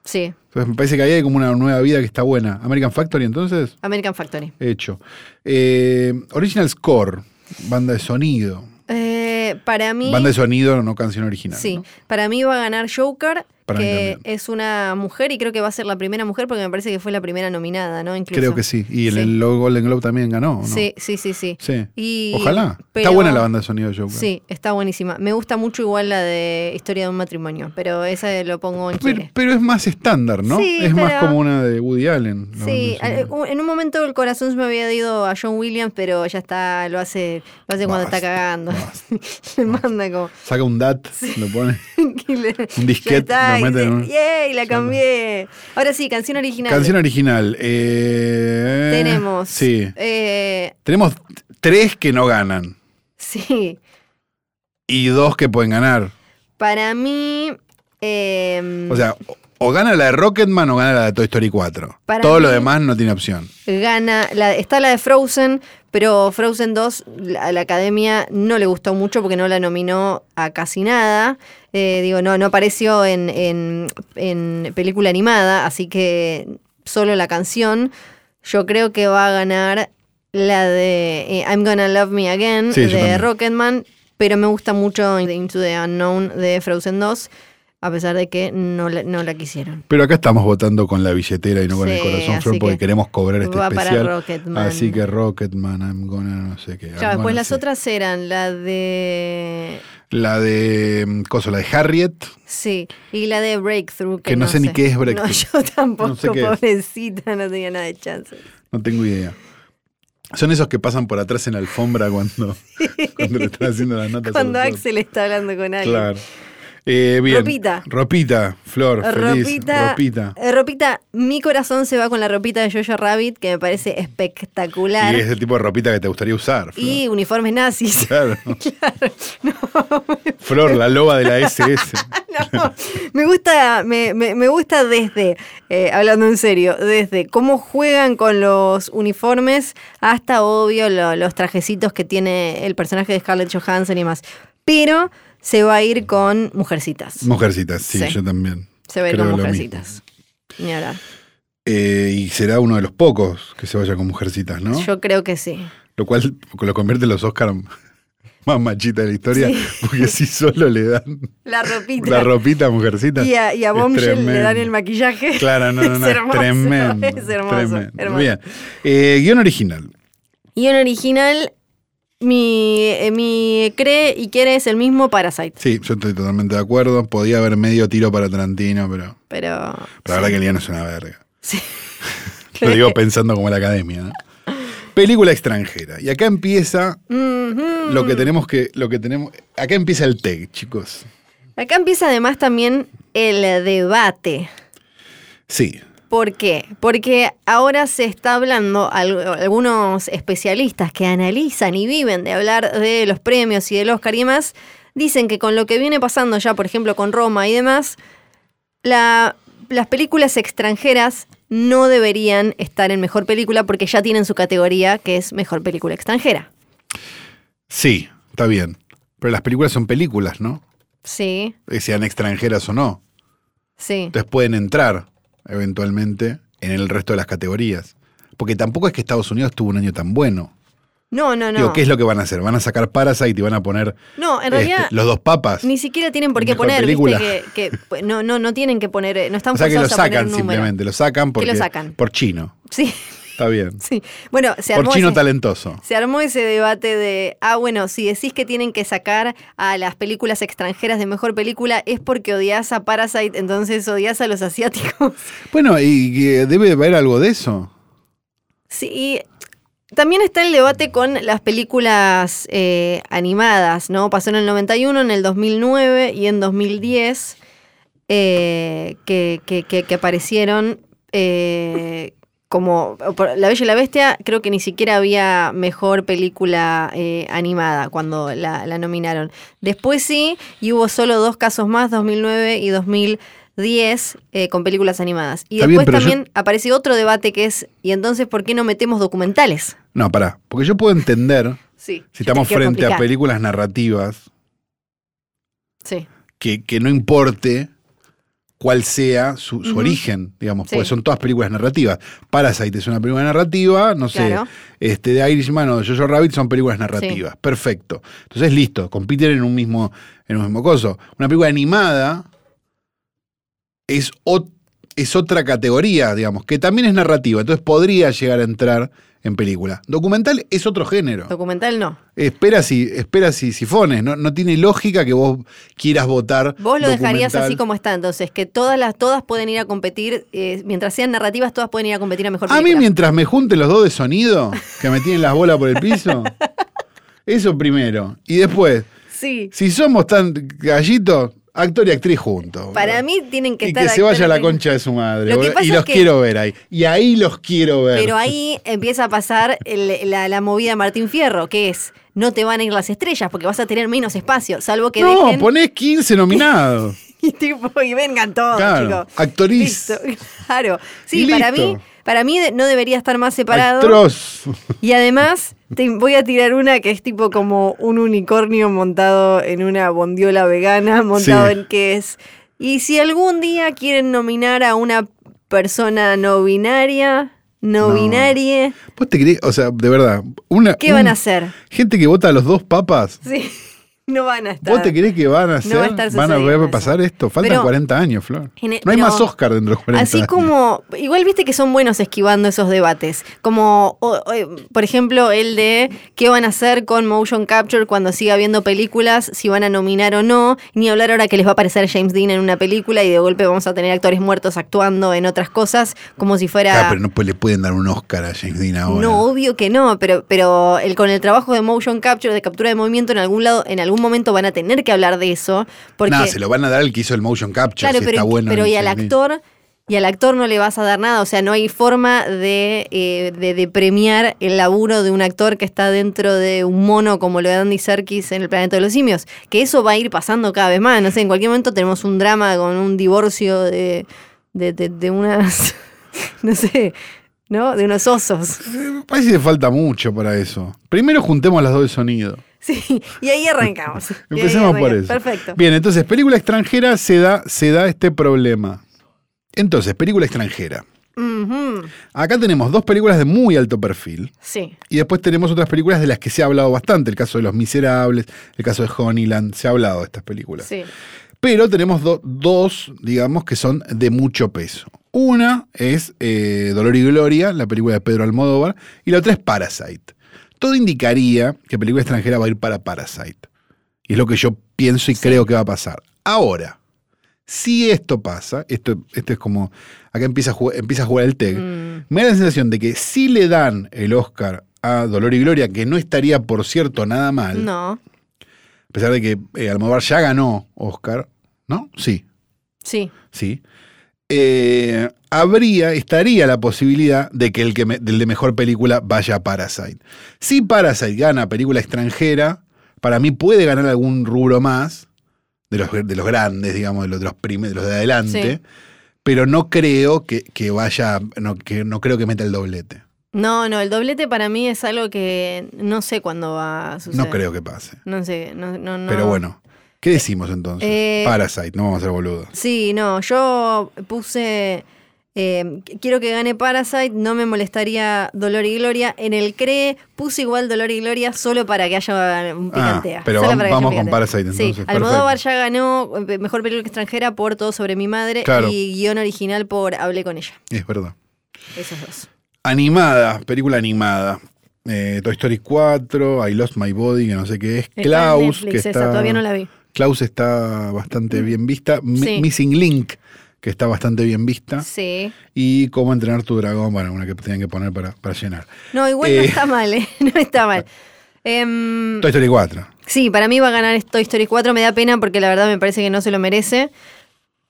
C: Sí,
B: Entonces me parece que ahí hay como una nueva vida que está buena. American Factory, entonces,
C: American Factory.
B: hecho. Eh, original Score, banda de sonido.
C: Eh, para mí.
B: Banda de sonido, no canción original.
C: sí,
B: ¿no?
C: para mí va a ganar Joker,
B: Para mí
C: que
B: también.
C: es una mujer y creo que va a ser la primera mujer porque me parece que fue la primera nominada, ¿no? Incluso.
B: Creo que sí. Y el,
C: Sí.
B: el Golden Globe también ganó, ¿no?
C: Sí, sí, sí, sí.
B: Sí.
C: Y-
B: Ojalá.
C: pero-
B: Está buena la banda de sonido de Joker.
C: Sí, está buenísima. Me gusta mucho igual la de Historia de un matrimonio, pero esa lo pongo en
B: Pero,
C: Chile.
B: pero es más estándar, ¿no?
C: Sí,
B: es más
C: pero-
B: como una de Woody Allen. la
C: Sí, eh,
B: banda
C: al-
B: sonora.
C: u- en un momento el corazón se me había ido a John Williams, pero ya está, lo hace, lo hace cuando
B: Basta,
C: está cagando.
B: basta,
C: Le manda como
B: Saca un DAT, lo pone.
C: y le-
B: Un
C: ya
B: disquete,
C: está,
B: lo
C: y
B: meten
C: dice,
B: en un-
C: "Yay, la
B: Ya está.
C: cambié. Ahora sí, canción original.
B: Canción original. eh,
C: Tenemos.
B: Sí.
C: eh,
B: Tenemos t- tres que no ganan
C: sí.
B: y dos que pueden ganar.
C: Para mí. eh,
B: O sea, o- o gana la de Rocketman o gana la de Toy Story 4.
C: Para
B: Todo lo
C: mí-
B: demás no tiene opción.
C: gana. la- está la de Frozen, pero Frozen 2 la- a la academia no le gustó mucho porque no la nominó a casi nada. Eh, digo, no, no apareció en, en- en película animada, así que solo la canción. Yo creo que va a ganar la de eh, I'm Gonna Love Me Again
B: Sí, yo
C: de
B: también.
C: Rocketman, pero me gusta mucho Into the Unknown de Frozen 2, a pesar de que no la- no la quisieron.
B: Pero acá estamos votando con la billetera y no con el
C: Sí,
B: corazón, Flor,
C: así
B: porque
C: que
B: queremos cobrar este
C: va para
B: especial.
C: Rocketman.
B: Así que Rocketman, I'm gonna no sé qué. I'm
C: Claro, después
B: gonna
C: las
B: sí.
C: otras eran la de.
B: La de. mm, Cosa, la de Harriet.
C: Sí, y la de Breakthrough. Que,
B: Que no sé ni qué es Breakthrough.
C: No, yo tampoco,
B: No sé qué es.
C: pobrecita, no tenía nada de chance.
B: No tengo idea. Son esos que pasan por atrás en la alfombra cuando, cuando le están haciendo las notas. a
C: Cuando
B: los otros.
C: Axel está hablando con alguien.
B: Claro. Eh, bien.
C: Ropita.
B: Ropita, Flor, feliz.
C: Ropita,
B: Ropita.
C: eh, ropita, mi corazón se va con la ropita de Jojo Rabbit, que me parece espectacular.
B: Y
C: Y,
B: es el tipo de ropita que te gustaría usar. Flor.
C: uniformes nazis.
B: Claro. Flor, la loba de la SS.
C: No, me gusta, me, me- me gusta desde, eh, hablando en serio, desde cómo juegan con los uniformes hasta, obvio, lo- los trajecitos que tiene el personaje de Scarlett Johansson y más. Pero se va a ir con mujercitas.
B: Mujercitas, sí,
C: Sí.
B: yo también.
C: Se va a ir
B: creo
C: con
B: lo mismo.
C: mujercitas. Ni hablar.
B: Eh, y será uno de los pocos que se vaya con mujercitas, ¿no?
C: Yo creo que sí.
B: Lo cual lo convierte en los Oscar más machita de la historia, porque si solo le dan
C: La ropita.
B: la ropita a mujercitas.
C: y a, y a
B: es
C: Bombshell le dan
B: tremendo.
C: el maquillaje.
B: Claro, no, no, no.
C: Es
B: es
C: hermoso,
B: tremendo.
C: es hermoso,
B: tremendo.
C: hermoso.
B: Bien. Eh, guión original.
C: Y en original, mi, eh, mi cree y quiere es el mismo Parasite.
B: Sí, yo estoy totalmente de acuerdo. Podía haber medio tiro para Tarantino, pero,
C: Pero.
B: pero la verdad que el guión es una verga.
C: Sí.
B: Lo digo pensando como la academia. ¿no? Película extranjera. Y acá empieza
C: Ujú.
B: lo que tenemos que. Lo que tenemos, acá empieza el tech, chicos.
C: Acá empieza además también el debate.
B: Sí.
C: ¿Por qué? Porque ahora se está hablando, al- algunos especialistas que analizan y viven de hablar de los premios y del Oscar y demás, dicen que con lo que viene pasando ya, por ejemplo, con Roma y demás, la- las películas extranjeras no deberían estar en mejor película porque ya tienen su categoría que es mejor película extranjera.
B: Sí, está bien. Pero las películas son películas, ¿no?
C: Sí,
B: Que sean eh, extranjeras o no.
C: sí.
B: Entonces pueden entrar eventualmente en el resto de las categorías. Porque tampoco es que Estados Unidos tuvo un año tan bueno.
C: No, no, no.
B: Digo, ¿qué es lo que van a hacer? ¿Van a sacar Parasite y van a poner
C: No, en
B: este,
C: realidad
B: los dos papas?
C: ni siquiera tienen por qué
B: Mejor
C: poner,
B: película.
C: ¿viste? Que, que, pues, no, no, no tienen que poner, eh, no están
B: o sea que lo
C: forzados a poner
B: sacan
C: un número.
B: simplemente, lo sacan, porque,
C: sacan.
B: por chino.
C: Sí,
B: Está bien.
C: sí. Bueno, se
B: Por
C: armó
B: chino
C: ese-
B: talentoso.
C: Se armó ese debate de, ah, bueno, si decís que tienen que sacar a las películas extranjeras de mejor película es porque odias a Parasite, entonces odias a los asiáticos.
B: Bueno, y que debe haber algo de eso.
C: Sí, y también está el debate con las películas eh, animadas, ¿no? Pasó en el 91, en el 2009 y en 2010 eh, que, que- que- que aparecieron eh, como por- La Bella y la Bestia, creo que ni siquiera había mejor película eh, animada cuando la, la nominaron. Después sí, y hubo solo dos casos más, 2009 y 2010, eh, con películas animadas. Y
B: Está bien,
C: después
B: pero yo-
C: también aparece otro debate que es, ¿y entonces por qué no metemos documentales?
B: No, pará. Porque yo puedo entender,
C: Sí.
B: si estamos frente a
C: películas.
B: películas narrativas,
C: Sí.
B: que, que no importe cuál sea su, su
C: Ujú.
B: origen, digamos,
C: Sí.
B: porque son todas películas narrativas. Parasite es una película narrativa, no sé,
C: Claro.
B: este, de Irishman o Jojo Rabbit son películas narrativas, perfecto. Entonces, listo, compiten en un mismo, en un mismo coso. Una película animada es, ot- es otra categoría, digamos, que también es narrativa, entonces podría llegar a entrar en película. Documental es otro género.
C: Documental no.
B: Espera si, espera si sifones, no, no tiene lógica que vos quieras votar.
C: Vos lo dejarías
B: documental.
C: así como está, entonces, que todas las todas pueden ir a competir, eh, mientras sean narrativas, todas pueden ir a competir a mejor
B: A mí
C: película.
B: mientras me junten los dos de sonido, que me tienen las bolas por el piso, eso primero. Y después,
C: Sí.
B: si somos tan gallitos, actor y actriz juntos. boludo.
C: Para mí tienen que
B: y
C: estar
B: que se vaya a la
C: actores-
B: concha de su madre.
C: Lo que
B: boludo.
C: pasa
B: Y
C: es
B: los
C: que-
B: quiero ver ahí. Y ahí los quiero ver.
C: Pero ahí empieza a pasar el- la, la movida de Martín Fierro, que es no te van a ir las estrellas porque vas a tener menos espacio, salvo que
B: no,
C: dejen
B: ponés 15 nominados.
C: y, tipo, y vengan todos,
B: Claro,
C: chicos.
B: actoriz.
C: Listo, claro. Sí,
B: Y
C: para
B: listo.
C: mí, para mí de- no debería estar más separado.
B: Actros.
C: Y además, te voy a tirar una que es tipo como un unicornio montado en una bondiola vegana, montado
B: Sí.
C: en que es. Y si algún día quieren nominar a una persona no binaria, no,
B: No.
C: binaria,
B: ¿Vos te crees? O sea, de verdad. Una,
C: ¿qué van
B: un-
C: a hacer?
B: Gente que vota a los dos papas.
C: Sí, no van a estar.
B: ¿Vos te creés que van a hacer?
C: No va a estar
B: van a
C: sucediendo
B: ver
C: eso.
B: pasar esto. Faltan
C: Pero-
B: 40 años, Flor.
C: En el-
B: no hay
C: pero-
B: más Oscar dentro de los 40
C: Así
B: años.
C: como, igual viste que son buenos esquivando esos debates, como o- o, por ejemplo el de qué van a hacer con Motion Capture cuando siga viendo películas, si van a nominar o no, ni hablar ahora que les va a aparecer James Dean en una película y de golpe vamos a tener actores muertos actuando en otras cosas, como si
B: Ah,
C: fuera...
B: pero no pu- le pueden dar un Oscar a James Dean ahora.
C: No, obvio que no, pero, pero el, con el trabajo de Motion Capture, de captura de movimiento, en algún lado, en algún momento van a tener que hablar de eso. Porque,
B: Nah, se lo van a dar al que hizo el motion capture.
C: Claro,
B: si
C: pero,
B: está bueno
C: pero
B: en
C: y al
B: James Dean.
C: actor, y al actor no le vas a dar nada. O sea, no hay forma de, eh, de, de premiar el laburo de un actor que está dentro de un mono como lo de Andy Serkis en el planeta de los simios. Que eso va a ir pasando cada vez más. No sé, en cualquier momento tenemos un drama con un divorcio de, de, de- de unas. no sé. ¿No? De unos osos.
B: Eh, Me parece que falta mucho para eso. Primero juntemos las dos de sonido.
C: Sí. Y ahí arrancamos. Y ahí
B: Empecemos por
C: arrancamos.
B: eso.
C: Perfecto.
B: Bien, entonces, película extranjera se da, se da este problema. Entonces, película extranjera.
C: Ujú.
B: Acá tenemos dos películas de muy alto perfil.
C: Sí.
B: Y después tenemos otras películas de las que se ha hablado bastante, el caso de Los Miserables, el caso de Honeyland, se ha hablado de estas películas.
C: Sí.
B: Pero tenemos do- dos, digamos, que son de mucho peso. Una es eh, Dolor y Gloria, la película de Pedro Almodóvar, y la otra es Parasite. Todo indicaría que película extranjera va a ir para Parasite. Y es lo que yo pienso y creo que va a pasar. Ahora, si esto pasa, esto, esto es como, acá empieza a, jugar, empieza a jugar el TEG,
C: Mm.
B: me da la sensación de que si le dan el Oscar a Dolor y Gloria, que no estaría, por cierto, nada mal,
C: No.
B: a pesar de que eh, Almodóvar ya ganó Oscar, ¿no? Sí,
C: Sí.
B: sí. Eh, habría, estaría la posibilidad de que el que me- del de mejor película vaya a Parasite. Si Parasite gana película extranjera, para mí puede ganar algún rubro más de los, de los grandes, digamos, de los de, los prime- de los de adelante,
C: Sí.
B: pero no creo que, que vaya, no, que, no creo que meta el doblete.
C: No, no, el doblete para mí es algo que no sé cuándo va a suceder.
B: No creo que pase.
C: No sé, no, no, no.
B: Pero bueno, ¿qué decimos entonces?
C: Eh,
B: Parasite, no vamos a ser boludos.
C: Sí, no, yo puse Eh, quiero que gane Parasite, no me molestaría Dolor y Gloria. En el CRE puse igual Dolor y Gloria solo para que haya un
B: Ah,
C: picantea.
B: pero
C: solo
B: vam-
C: para que haya
B: vamos con
C: picantea.
B: Parasite, entonces,
C: Sí, Almodóvar
B: perfecto.
C: ya ganó eh, Mejor Película Extranjera por Todo Sobre Mi Madre
B: Claro.
C: y guión original por Hablé con ella.
B: Es verdad.
C: Esos dos.
B: Animada, película animada. Eh, Toy Story 4, I Lost My Body, que no sé qué es.
C: Está en
B: Klaus,
C: Netflix
B: que
C: esa,
B: está.
C: todavía no la vi. Mm.
B: Klaus está bastante bien vista. Mi-
C: Sí.
B: Missing Link, que está bastante bien vista.
C: Sí.
B: Y Cómo entrenar tu dragón, bueno, una que tenían que poner para, para llenar.
C: No, igual no
B: Eh.
C: está mal, ¿eh? No está mal. Em,
B: Toy Story 4.
C: Sí, para mí va a ganar Toy Story 4. Me da pena porque la verdad me parece que no se lo merece.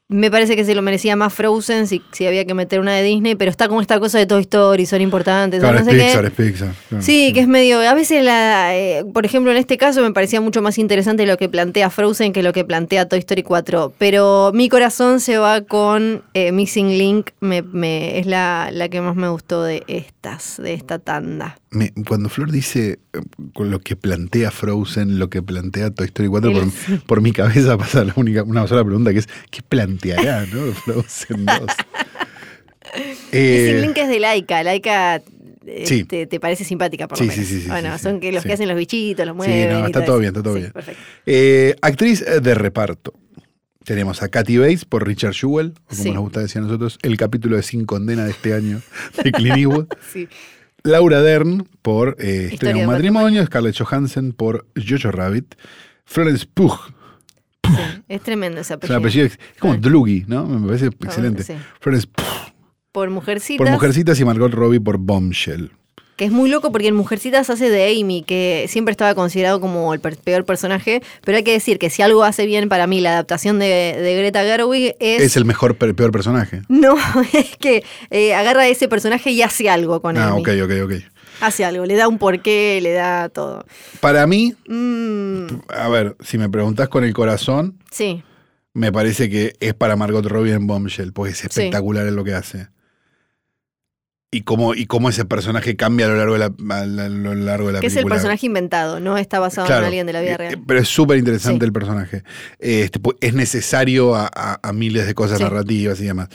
C: Me parece que se lo merecía más Frozen si, si había que meter una de Disney, pero está con esta cosa de Toy Story, son importantes, o
B: Claro,
C: no
B: es
C: sé qué.
B: Pixar, es Pixar. claro.
C: Sí, que es medio. A veces, la, eh, por ejemplo, en este caso me parecía mucho más interesante lo que plantea Frozen que lo que plantea Toy Story 4. Pero mi corazón se va con eh, Missing Link, me, me- es la, la que más me gustó de estas, de esta tanda.
B: Me- cuando Flor dice eh, con lo que plantea Frozen, lo que plantea Toy Story 4,
C: El-
B: por, por mi cabeza pasa la única, una sola pregunta que es, ¿qué planteará no? Frozen 2? Eh,
C: Missing Link es de Laika. Laika eh,
B: sí.
C: te, te parece simpática, por
B: Sí,
C: lo menos.
B: sí, sí, sí,
C: bueno,
B: sí, sí,
C: son que los
B: sí.
C: que hacen los bichitos, los
B: no,
C: mueven. y
B: está todo
C: eso.
B: bien, está todo
C: Sí,
B: bien.
C: Perfecto.
B: eh, actriz eh, de reparto. Tenemos a Kathy Bates por Richard Jewell, o como
C: Sí.
B: nos gusta decir a nosotros, el capítulo de Sin Condena de este año de Clint Eastwood.
C: Sí.
B: Laura Dern por eh, Historia,
C: Historia
B: de
C: de
B: un matrimonio, Scarlett Johansson por Jojo Rabbit, Florence Pugh
C: sí, Es tremendo ese
B: Es
C: apellido.
B: un apellido, ex- es como
C: Ah.
B: Dlugi, ¿no? Me parece excelente.
C: sí.
B: Florence Pugh,
C: Por Mujercitas.
B: por Mujercitas y Margot Robbie por Bombshell.
C: Que es muy loco porque en Mujercitas hace de Amy, que siempre estaba considerado como el per- peor personaje. Pero hay que decir que si algo hace bien para mí la adaptación de, de Greta Gerwig es.
B: Es, el mejor, pe- peor personaje.
C: No, es que eh, agarra a ese personaje y hace algo con
B: Ah,
C: Amy.
B: ok, ok, ok.
C: Hace algo, le da un porqué, le da todo.
B: Para mí,
C: Mm,
B: a ver, si me preguntás con el corazón,
C: sí.
B: me parece que es para Margot Robbie en Bombshell, porque es espectacular en lo que hace. Y cómo, y cómo ese personaje cambia a lo largo de la, a la- a lo largo de la
C: Que es el
B: película.
C: personaje inventado, no está basado en
B: Claro.
C: alguien de la vida
B: Eh,
C: real.
B: Pero es súper interesante
C: Sí.
B: el personaje. Este, pu- es necesario a, a- a miles de cosas
C: Sí.
B: narrativas y demás.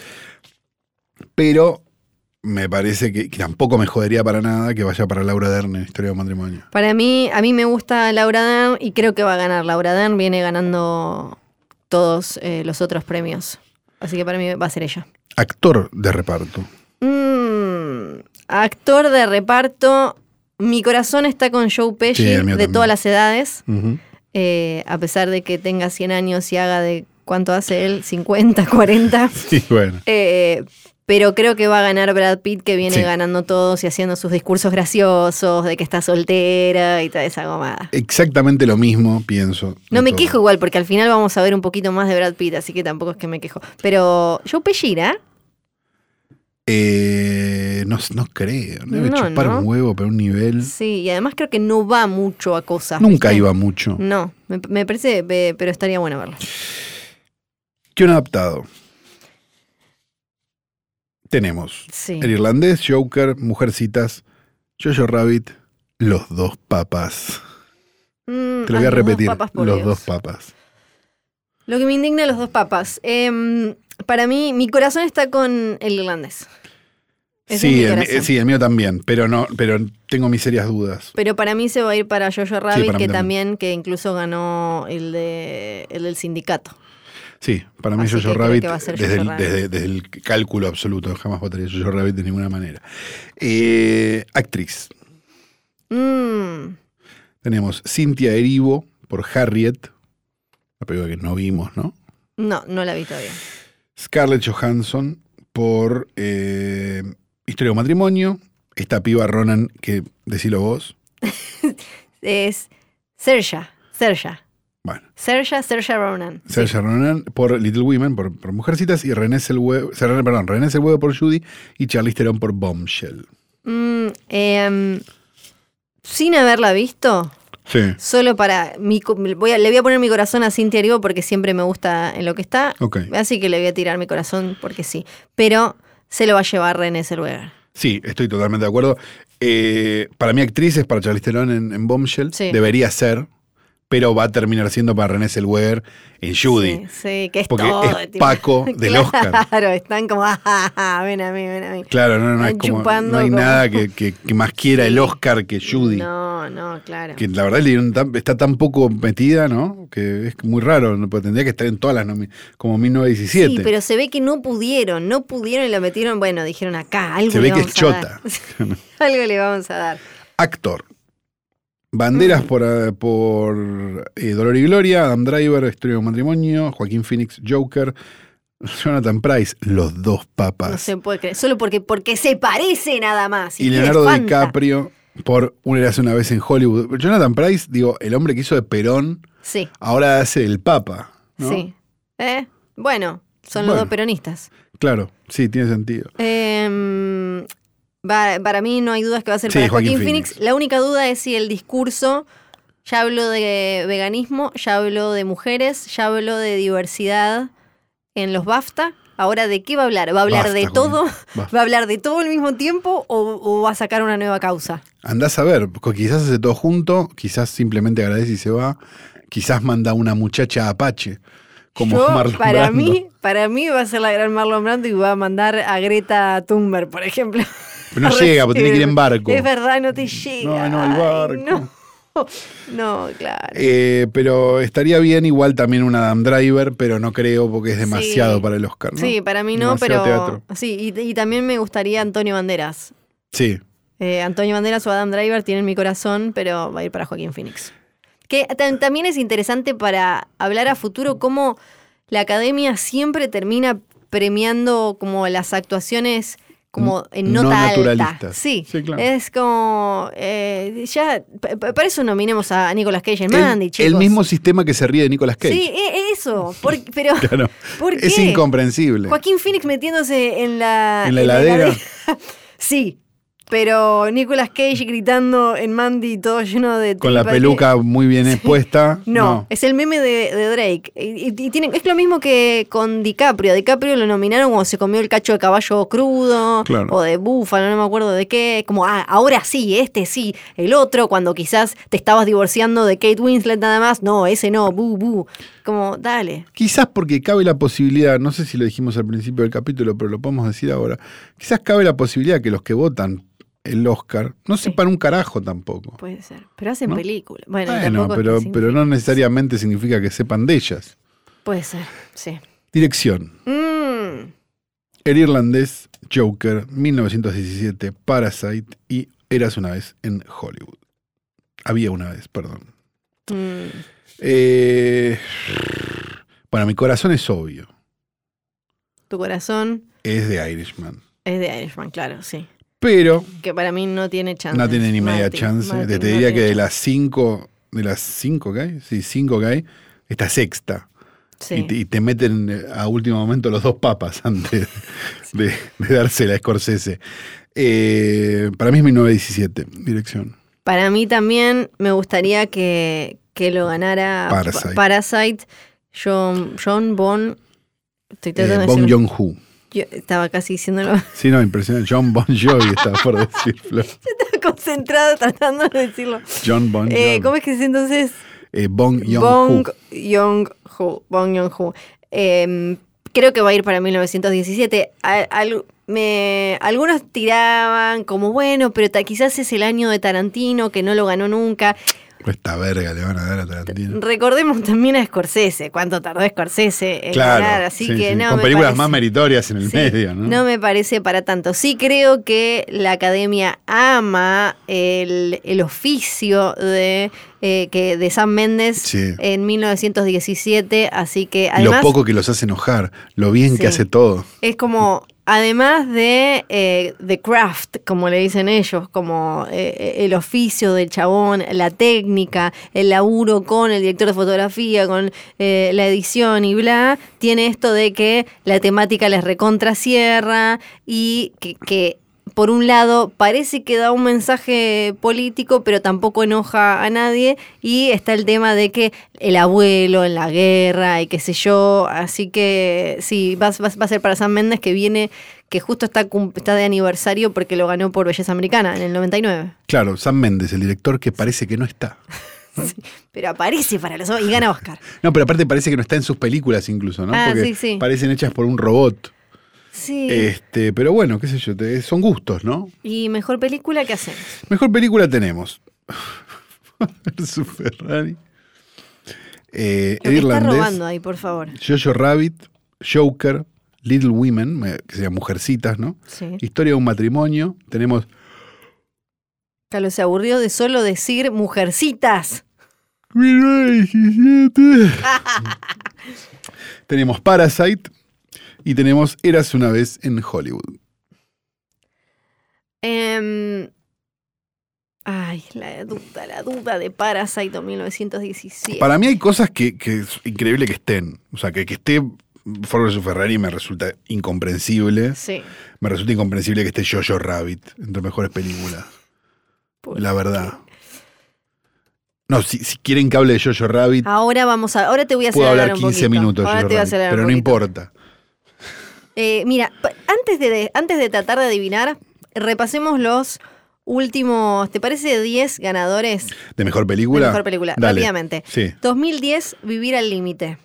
B: Pero me parece que, que tampoco me jodería para nada que vaya para Laura Dern en Historia de un Matrimonio.
C: Para mí, a mí me gusta Laura Dern y creo que va a ganar Laura Dern. Viene ganando todos eh, los otros premios. Así que para mí va a ser ella.
B: Actor de reparto.
C: Mm, actor de reparto. Mi corazón está con Joe Pesci
B: Sí, el
C: de
B: mío también.
C: todas las edades.
B: Ujú.
C: eh, a pesar de que tenga 100 años y haga de cuánto hace él, 50, 40.
B: Sí, bueno.
C: Eh, pero creo que va a ganar Brad Pitt, que viene
B: Sí.
C: ganando todos y haciendo sus discursos graciosos de que está soltera y toda esa gomada.
B: Exactamente lo mismo, pienso. de
C: No me
B: todo.
C: quejo igual, porque al final vamos a ver un poquito más de Brad Pitt, así que tampoco es que me quejo. Pero Joe Pellira,
B: Eh, no, no creo. No debe
C: No,
B: chupar
C: no.
B: un huevo, pero un nivel.
C: sí, y además creo que no va mucho a cosas.
B: Nunca
C: ¿viste?
B: iba mucho.
C: No, me, me parece, pe- pero estaría bueno verlo.
B: ¿Qué un adaptado? Tenemos
C: Sí.
B: El irlandés, Joker, Mujercitas, Jojo Rabbit, Los dos papas.
C: Mm,
B: Te lo
C: ay,
B: voy a
C: los dos
B: repetir.
C: papas, por
B: los
C: Dios.
B: dos papas.
C: Lo que me indigna los dos papas. Em, para mí, mi corazón está con el irlandés. Ese es mi
B: Sí el, mi-
C: corazón.
B: sí, el mío también, pero no, pero tengo mis serias dudas.
C: Pero para mí se va a ir para Jojo Rabbit,
B: para mí también.
C: que también, que incluso ganó el, de, el del sindicato.
B: Sí, para mí
C: Así
B: Jojo
C: que creo
B: Rabbit,
C: que va a ser
B: desde,
C: Jojo
B: el,
C: Rabbit.
B: desde- desde el cálculo absoluto, jamás votaría Jojo Rabbit de ninguna manera. Eh, actriz.
C: Mm,
B: Tenemos Cynthia Erivo por Harriet, la película que no vimos, ¿no?
C: no, no la vi todavía.
B: Scarlett Johansson por eh, Historia de un matrimonio. Esta piba Ronan, que decilo vos.
C: Es Serja, Serja.
B: Bueno.
C: Serja, Serja Ronan. Sí.
B: Saoirse Ronan por Little Women, por, por Mujercitas, y René Selweger, perdón, René Selweger por Judy y Charlize Theron por Bombshell.
C: Mm, em, sin haberla visto,
B: Sí.
C: solo para. Mi, co- voy a- le voy a poner mi corazón a Cintia Erivo porque siempre me gusta en lo que está.
B: Ok.
C: Así que le voy a tirar mi corazón porque sí. Pero se lo va a llevar René Zellweger.
B: Sí, estoy totalmente de acuerdo. Eh, para mí actriz es para Charlize Theron en, en Bombshell.
C: Sí.
B: Debería ser. pero va a terminar siendo para René Zellweger en Judy.
C: Sí, sí, que es
B: Porque
C: todo,
B: es
C: tipo.
B: Paco del Oscar.
C: Claro, están como, "Ah, ah, ah, ven a mí, ven a mí.
B: Claro, no, no, es
C: Están
B: como-
C: chupando
B: no hay
C: como-
B: nada que, que- que más quiera el Oscar que Judy.
C: No, no, claro.
B: Que la verdad le dieron tan- está tan poco metida, ¿no? Que es muy raro. ¿no? Porque tendría que estar en todas las nomi- como 1917.
C: Sí, pero se ve que no pudieron, no pudieron y la metieron, bueno, dijeron acá, algo
B: Se
C: le
B: ve que es
C: vamos a dar.
B: chota.
C: algo le vamos a dar.
B: Actor.
C: Mm.
B: Banderas por, eh, por, eh, Dolor y Gloria, Adam Driver, Historia de un matrimonio, Joaquín Phoenix, Joker, Jonathan Price, Los dos papas.
C: No se puede creer, solo porque, porque se parece nada más.
B: y
C: qué
B: Leonardo
C: espanta.
B: DiCaprio por Un Eras una vez en Hollywood. Jonathan Price, digo, el hombre que hizo de Perón,
C: Sí,
B: ahora hace el Papa. ¿no?
C: sí. Eh, Bueno, son los
B: Bueno.
C: dos peronistas.
B: Claro, sí, tiene sentido.
C: Eh, va- para mí no hay dudas que va a ser
B: Sí,
C: para
B: Joaquín
C: Joaquín Phoenix.
B: Phoenix.
C: La única duda es si el discurso, ya habló de veganismo, ya habló de mujeres, ya habló de diversidad en los BAFTA. Ahora, ¿de qué va a hablar? ¿Va a hablar
B: Basta
C: de
B: con-
C: todo?
B: basta.
C: ¿Va a hablar de todo al mismo tiempo o, o va a sacar una nueva causa?
B: Andás a ver, porque quizás hace todo junto, quizás simplemente agradece y se va, quizás manda una muchacha apache, como
C: Yo,
B: Marlon
C: para
B: Brando.
C: mí, para mí va a ser la gran Marlon Brando y va a mandar a Greta Thunberg, por ejemplo.
B: Pero no llega, porque tiene que ir en barco.
C: Es verdad, no te llega.
B: No, no, el
C: Ay,
B: barco.
C: No, no, claro.
B: Eh, pero estaría bien igual también un Adam Driver, pero no creo porque es demasiado
C: Sí.
B: para el Oscar, ¿no?
C: Sí, para mí no,
B: Eh, Demasiado
C: pero.
B: teatro.
C: Sí, y, y también me gustaría Antonio Banderas.
B: Sí.
C: Eh, Antonio Banderas o Adam Driver tienen mi corazón, pero va a ir para Joaquín Phoenix. Que tam- también es interesante para hablar a futuro cómo la academia siempre termina premiando como las actuaciones como en
B: No
C: nota alta.
B: naturalistas.
C: Sí,
B: Sí, claro.
C: es como eh, ya pa- pa- para eso nominemos a Nicolas Cage en
B: El-
C: Mandy,
B: el,
C: chicos.
B: mismo sistema que se ríe de Nicolas Cage.
C: Sí, e- eso, Por- pero
B: Claro.
C: ¿por qué?
B: Es incomprensible.
C: Joaquín Phoenix metiéndose en la,
B: ¿En la heladera?
C: sí, pero Nicolas Cage gritando en Mandy todo lleno de...
B: Con la
C: tripas, que-
B: peluca muy bien expuesta.
C: No, es el meme de, de Drake. Y, y- y tiene- es lo mismo que con DiCaprio. A DiCaprio lo nominaron como se comió el cacho de caballo crudo
B: Claro.
C: o de búfalo, no me acuerdo de qué. Como, ah, ahora sí, este sí, el otro, cuando quizás te estabas divorciando de Kate Winslet nada más. No, ese no, bu, bu. Como, dale.
B: Quizás porque cabe la posibilidad, no sé si lo dijimos al principio del capítulo, pero lo podemos decir ahora. Quizás cabe la posibilidad que los que votan el Oscar no sepan un carajo tampoco.
C: Puede ser. Pero hacen
B: ¿No?
C: película. Bueno,
B: Bueno,
C: tampoco es
B: pero,
C: que
B: pero no necesariamente significa que sepan de ellas.
C: significa- Puede ser, sí.
B: Dirección.
C: Mm,
B: El irlandés, Joker, 1917, Parasite y Eras una vez en Hollywood. Había una vez, perdón.
C: mm.
B: Eh, bueno, mi corazón es obvio.
C: Tu corazón
B: Es de Irishman.
C: es de Irishman, claro, sí.
B: Pero
C: Que para mí no tiene chance.
B: no tiene ni media chance. Te, te diría que de las cinco, de las cinco que hay, sí, cinco que hay, está sexta. Y, te, y te meten eh, a último momento los dos papas antes de, de dársela a Scorsese. Eh, para mí es 1917, dirección.
C: Para mí también me gustaría que, que lo ganara
B: Parasite.
C: Pa- Parasite, John, John Bon. Estoy tratando
B: Eh,
C: de
B: Bong
C: decirlo.
B: Joon-ho.
C: Yo estaba casi diciéndolo
B: Sí, no, impresionante. John Bon Jovi estaba por decirlo.
C: concentrado tratando de decirlo.
B: John Bon Jovi.
C: Eh, ¿Cómo es que es entonces?
B: Eh, Bong Joon-ho.
C: Bong Joon-ho. Bong Joon-ho. Eh, creo que va a ir para 1917. Al- al- me- algunos tiraban como, bueno, pero ta- quizás es el año de Tarantino, que no lo ganó nunca.
B: Esta verga le van a dar a Tarantino.
C: Recordemos también a Scorsese, cuánto tardó Scorsese en ganar.
B: Claro,
C: Así
B: sí,
C: que
B: sí,
C: no,
B: con
C: me
B: películas
C: parece-
B: más meritorias en el
C: sí,
B: medio, ¿no?
C: no me parece para tanto. Sí creo que la academia ama el, el oficio de, eh, que, de Sam Méndez
B: Sí.
C: en 1917, así que
B: Y lo
C: además
B: poco que los hace enojar, lo bien
C: Sí.
B: que hace todo.
C: es como, además de eh, The Craft, como le dicen ellos, como eh, el oficio del chabón, la técnica, el laburo con el director de fotografía, con eh, la edición y bla, tiene esto de que la temática les recontracierra y que... que, por un lado, parece que da un mensaje político, pero tampoco enoja a nadie. Y está el tema de que el abuelo en la guerra y qué sé yo. Así que sí, va, va- va a ser para San Méndez que viene, que justo está, cum- está de aniversario porque lo ganó por Belleza Americana en el 99.
B: Claro, Sam Méndez, el director que parece que no está.
C: Pero aparece para los y gana Oscar.
B: No, pero aparte parece que no está en sus películas incluso, ¿no?
C: Ah,
B: Porque
C: sí, sí.
B: parecen hechas por un robot.
C: Sí.
B: Este, pero bueno, qué sé yo, te- son gustos, ¿no?
C: Y mejor película que hacen.
B: Mejor película tenemos. Su Ferrari. Eh,
C: Lo
B: el
C: que está
B: irlandés.
C: robando ahí, por favor.
B: Jojo Rabbit, Joker, Little Women, eh, que serían mujercitas, ¿no?
C: Sí.
B: Historia de un matrimonio. Tenemos
C: Carlos se aburrió de solo decir mujercitas.
B: 1917. tenemos Parasite y tenemos Eras una vez en Hollywood.
C: Em, ay, la duda, la duda de Parasite 1917.
B: Para mí hay cosas que, que es increíble que estén. O sea, que, que esté Ford vs. Ferrari me resulta incomprensible.
C: Sí.
B: Me resulta incomprensible que esté Jojo Rabbit entre mejores películas.
C: por-
B: La verdad. No, si, si quieren que hable de Jojo Rabbit,
C: Ahora vamos a. Ahora te voy a hacer
B: puedo hablar
C: un
B: 15
C: poquito.
B: minutos. de
C: Ahora
B: Jojo
C: te voy a
B: Rabbit,
C: hacer hablar
B: pero
C: un
B: no
C: poquito.
B: importa.
C: Eh, mira, pa- antes de, antes de tratar de adivinar, repasemos los últimos, ¿te parece 10 ganadores
B: ¿De mejor
C: de
B: película?
C: mejor película?
B: Dale.
C: Rápidamente.
B: Sí.
C: 2010, Vivir al Límite.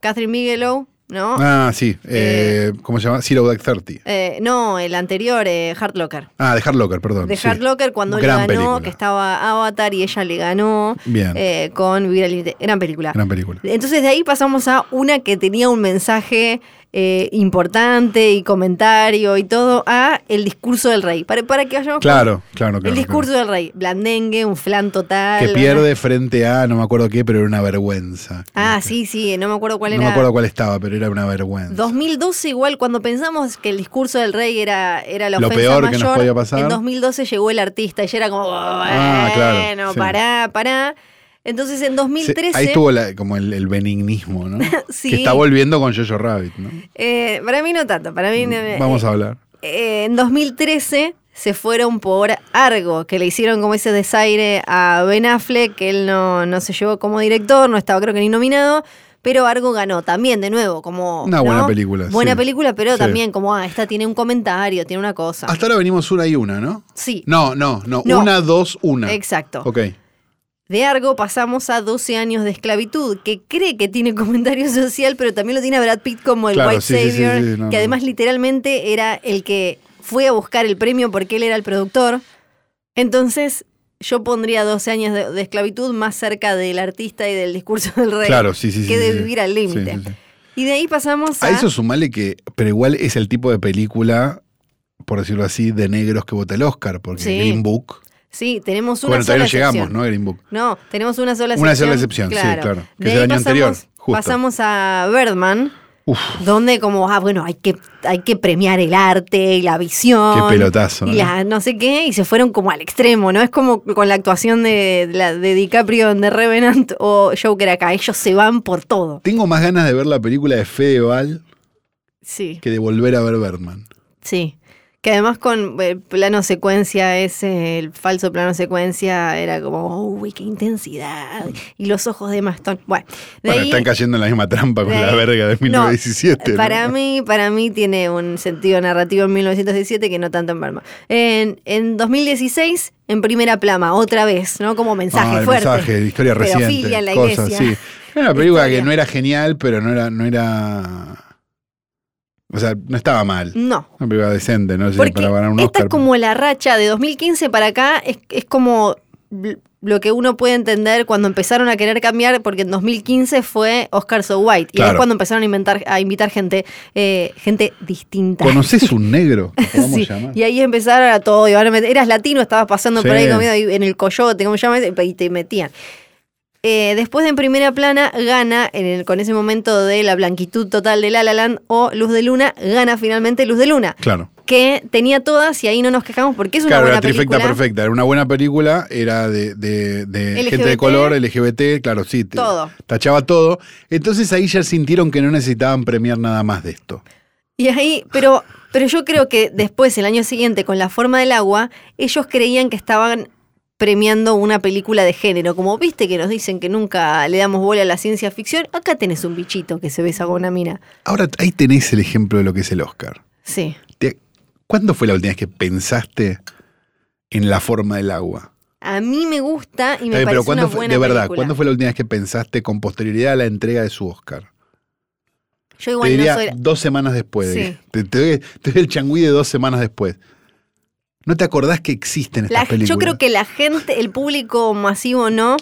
C: Catherine Bigelow, ¿no?
B: Ah, sí. eh, ¿Cómo se llama? Zero Dark Thirty.
C: Eh, no, el anterior, eh, Hard Locker.
B: Ah, de Hard Locker, perdón.
C: De
B: sí.
C: Hard Locker, cuando
B: Gran
C: él ganó,
B: película.
C: que estaba Avatar y ella le ganó
B: Bien.
C: eh, con Vivir al Límite. Gran película.
B: Gran película.
C: Entonces de ahí pasamos a una que tenía un mensaje eh, importante y comentario y todo a el discurso del rey. Para, para que vayamos con-
B: Claro, claro, claro.
C: el discurso del rey. Blandengue, un flan total.
B: claro. Que
C: una-
B: pierde frente a, no me acuerdo qué, pero era una vergüenza.
C: Ah, sí, sí, no me acuerdo cuál
B: No
C: era.
B: me acuerdo cuál estaba, pero era una vergüenza.
C: 2012 igual, cuando pensamos que el discurso del rey era, era la
B: Lo
C: ofensa
B: peor que
C: mayor,
B: nos podía pasar.
C: en 2012 llegó el artista y ya era como, bueno,
B: Ah, claro, sí.
C: pará, pará. Entonces en
B: Sí,
C: 2013...
B: Ahí estuvo la- como el, el benignismo, ¿no?
C: Sí.
B: Que está volviendo con Jojo Rabbit, ¿no?
C: eh, para mí no tanto, para
B: Mm,
C: mí... no-
B: Vamos a hablar.
C: Eh, en 2013 se fueron por Argo, que le hicieron como ese desaire a Ben Affleck, que él no, no se llevó como director, no estaba creo que ni nominado, pero Argo ganó también, de nuevo, como...
B: Una
C: ¿no?
B: buena película,
C: Buena
B: sí.
C: película, pero
B: Sí.
C: también como, ah, esta tiene un comentario, tiene una cosa.
B: Hasta ahora venimos una y una, ¿no?
C: sí,
B: No, no, no.
C: No.
B: Una, dos, una.
C: exacto.
B: Ok.
C: De Argo pasamos a 12 años de esclavitud, que cree que tiene comentario social, pero también lo tiene a Brad Pitt como el
B: Claro,
C: White
B: sí, sí, sí,
C: Savior,
B: sí, no, no.
C: que además literalmente era el que fue a buscar el premio porque él era el productor. Entonces, yo pondría 12 años de, de esclavitud más cerca del artista y del discurso del rey
B: Claro, sí, sí, sí.
C: que
B: sí,
C: de
B: sí.
C: vivir al límite.
B: Sí, sí, sí.
C: Y de ahí pasamos a.
B: A eso sumale que, pero igual es el tipo de película, por decirlo así, de negros que vota el Oscar, porque
C: Sí.
B: Green Book.
C: Sí, tenemos una
B: bueno,
C: sola
B: todavía no
C: excepción.
B: llegamos, ¿no? Green Book.
C: No, tenemos una sola excepción.
B: Una sola excepción, sí, claro, que es el
C: De ahí
B: año
C: pasamos-
B: anterior, justo.
C: Pasamos a Birdman.
B: Uf,
C: donde como, ah, bueno, hay que, hay que premiar el arte y la visión.
B: qué pelotazo. ¿eh?
C: Y
B: ¿no?
C: la no sé qué, y se fueron como al extremo, ¿no? Es como con la actuación de, la, de DiCaprio en The Revenant o Joker acá. Ellos se van por todo.
B: Tengo más ganas de ver la película de Fedeval
C: Sí.
B: que de volver a ver Birdman.
C: Sí. Que además con el plano secuencia, ese, el falso plano secuencia, era como, uy, qué intensidad. Y los ojos de Maston. Bueno, de
B: Bueno,
C: ahí-
B: están cayendo en la misma trampa con
C: de
B: la
C: ahí-
B: verga de
C: No,
B: 1917. ¿no?
C: Para mí, para mí tiene un sentido narrativo en 1917 que no tanto en Palma. En, en 2016, en primera plama, otra vez, ¿no? Como mensaje
B: Ah, el
C: fuerte.
B: mensaje, la historia
C: Pedofilia
B: reciente.
C: en la
B: cosas,
C: iglesia.
B: sí. Era una película
C: Historia.
B: que no era genial, pero no era, no era. O sea, no estaba mal.
C: No.
B: Una película decente, no sé,
C: Mm. Porque
B: para ganar un
C: esta
B: Oscar.
C: es como la racha de 2015 para acá, es, es como l- lo que uno puede entender cuando empezaron a querer cambiar, porque en 2015 fue Oscar So White, y ahí es
B: Claro.
C: cuando empezaron a, inventar, a invitar gente, eh, gente distinta.
B: ¿Conoces un negro? que podamos
C: Sí,
B: llamar?
C: Y ahí empezaron a todo. Y ahora met- eras latino, estabas pasando por
B: Sí.
C: ahí comiendo ahí en el coyote, ¿cómo se llama? ese? Y te metían. Eh, después de en primera plana, gana en el- con ese momento de la blanquitud total de La La Land o Luz de Luna, gana finalmente Luz de Luna,
B: Claro.
C: que tenía todas y ahí no nos quejamos porque es una
B: Claro,
C: buena
B: la trifecta
C: película.
B: perfecta. Era una buena película, era de, de- de gente
C: LGBT.
B: de color, LGBT, claro, sí. te-
C: Todo.
B: Tachaba todo. Entonces ahí ya sintieron que no necesitaban premiar nada más de esto.
C: Y ahí, pero, pero yo creo que después, el año siguiente, con la forma del agua, ellos creían que estaban premiando una película de género. Como viste que nos dicen que nunca le damos bola a la ciencia ficción, acá tenés un bichito que se besa con una mina.
B: Ahora ahí tenés el ejemplo de lo que es el Oscar.
C: Sí.
B: Te- ¿Cuándo fue la última vez que pensaste en la forma del agua?
C: a mí me gusta
B: Está
C: y me
B: bien, pero
C: parece una
B: ¿cuándo fue,
C: buena
B: de verdad,
C: película.
B: ¿cuándo fue la última vez que pensaste con posterioridad a la entrega de su Oscar?
C: Yo
B: Te
C: igual
B: diría
C: no soy...
B: dos semanas después. de-
C: Sí.
B: te, te doy, te doy el changüí de dos semanas después. ¿No te acordás que existen estas
C: La-
B: películas?
C: yo creo que la gente, el público masivo no.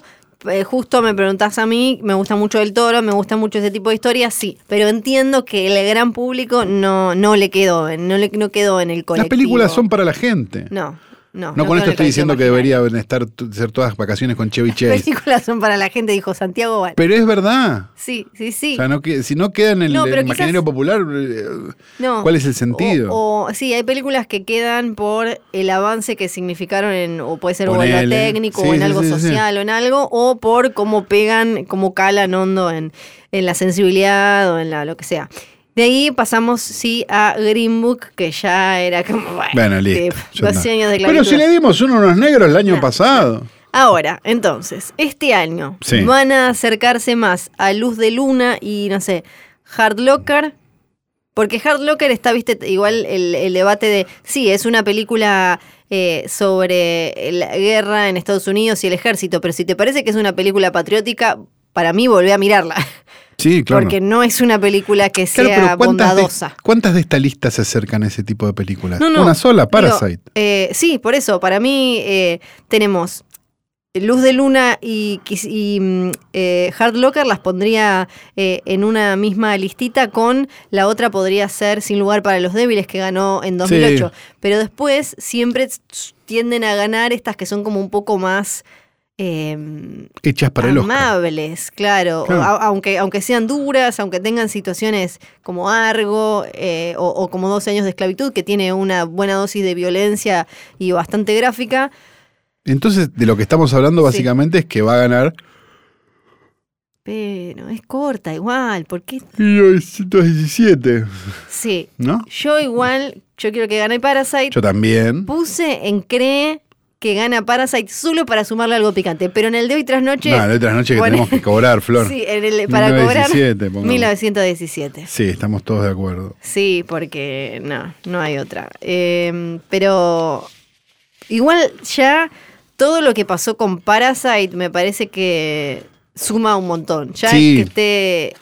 C: Eh, justo me preguntás a mí, me gusta mucho el toro, me gusta mucho ese tipo de historias, sí. Pero entiendo que el gran público no, no le quedó, en- no le no quedó en el colectivo.
B: Las películas son para la gente.
C: No, no.
B: No, con
C: quedó en el
B: esto estoy diciendo que
C: colectivo marginal.
B: deberían estar t- ser todas vacaciones con Chevy
C: Las
B: Chase.
C: películas son para la gente, dijo Santiago Val.
B: Pero es verdad.
C: Sí, sí, sí.
B: O sea, no que- si no queda en el,
C: No, pero
B: el imaginario
C: quizás-
B: popular, eh,
C: No.
B: ¿cuál es el sentido?
C: O, o- sí, hay películas que quedan por el avance que significaron en, o puede ser o en lo
B: Ponele.
C: técnico,
B: Sí,
C: o en
B: sí,
C: algo
B: sí, sí.
C: social, o en algo, o por cómo pegan, cómo calan hondo en, en la sensibilidad o en la lo que sea. De ahí pasamos, sí, a Green Book, que ya era como, bueno,
B: Bueno, listo.
C: sí,
B: ya
C: 12
B: está.
C: eh, años de
B: Pero
C: clavitud.
B: si le dimos uno a unos negros el año
C: No.
B: pasado.
C: Ahora, entonces, este año
B: Sí.
C: van a acercarse más a Luz de Luna y no sé, Hard Locker. Porque Hard Locker está, viste, igual el, el debate de, sí, es una película eh, sobre la guerra en Estados Unidos y el ejército, pero si te parece que es una película patriótica, para mí volvé a mirarla,
B: Sí, claro.
C: porque no es una película que
B: Claro,
C: sea
B: pero ¿cuántas de,
C: bondadosa.
B: ¿cuántas de esta lista se acercan a ese tipo de películas?
C: No, no,
B: Una sola, Parasite.
C: Digo, eh, sí, por eso, para mí eh, tenemos Luz de Luna y, quis- y, mm, eh, Hard Locker, las pondría eh, en una misma listita con la otra podría ser Sin lugar para los débiles que ganó en 2008. Pero después siempre s- tienden a ganar estas que son como un poco más... eh,
B: Hechas para el Oscar.
C: amables, claro.
B: Claro.
C: A- aunque, aunque sean duras, aunque tengan situaciones como Argo eh, o, o como 12 años de esclavitud, que tiene una buena dosis de violencia y bastante gráfica.
B: Entonces, de lo que estamos hablando
C: Sí.
B: básicamente es que va a ganar.
C: Pero es corta igual, porque
B: 1917,
C: sí.
B: ¿no?
C: Yo igual, yo quiero que gane Parasite.
B: Yo también.
C: Puse en cree que gana Parasite solo para sumarle algo picante, pero en el de hoy tras noche...
B: No, la otra noche que
C: Bueno.
B: tenemos que cobrar, Flor.
C: sí, eh. en el- para
B: 1917,
C: cobrar
B: pongamos.
C: 1917.
B: Sí, estamos todos de acuerdo.
C: Sí, porque no, no hay otra. Eh, pero igual ya todo lo que pasó con Parasite me parece que suma un montón. Ya
B: Sí.
C: que esté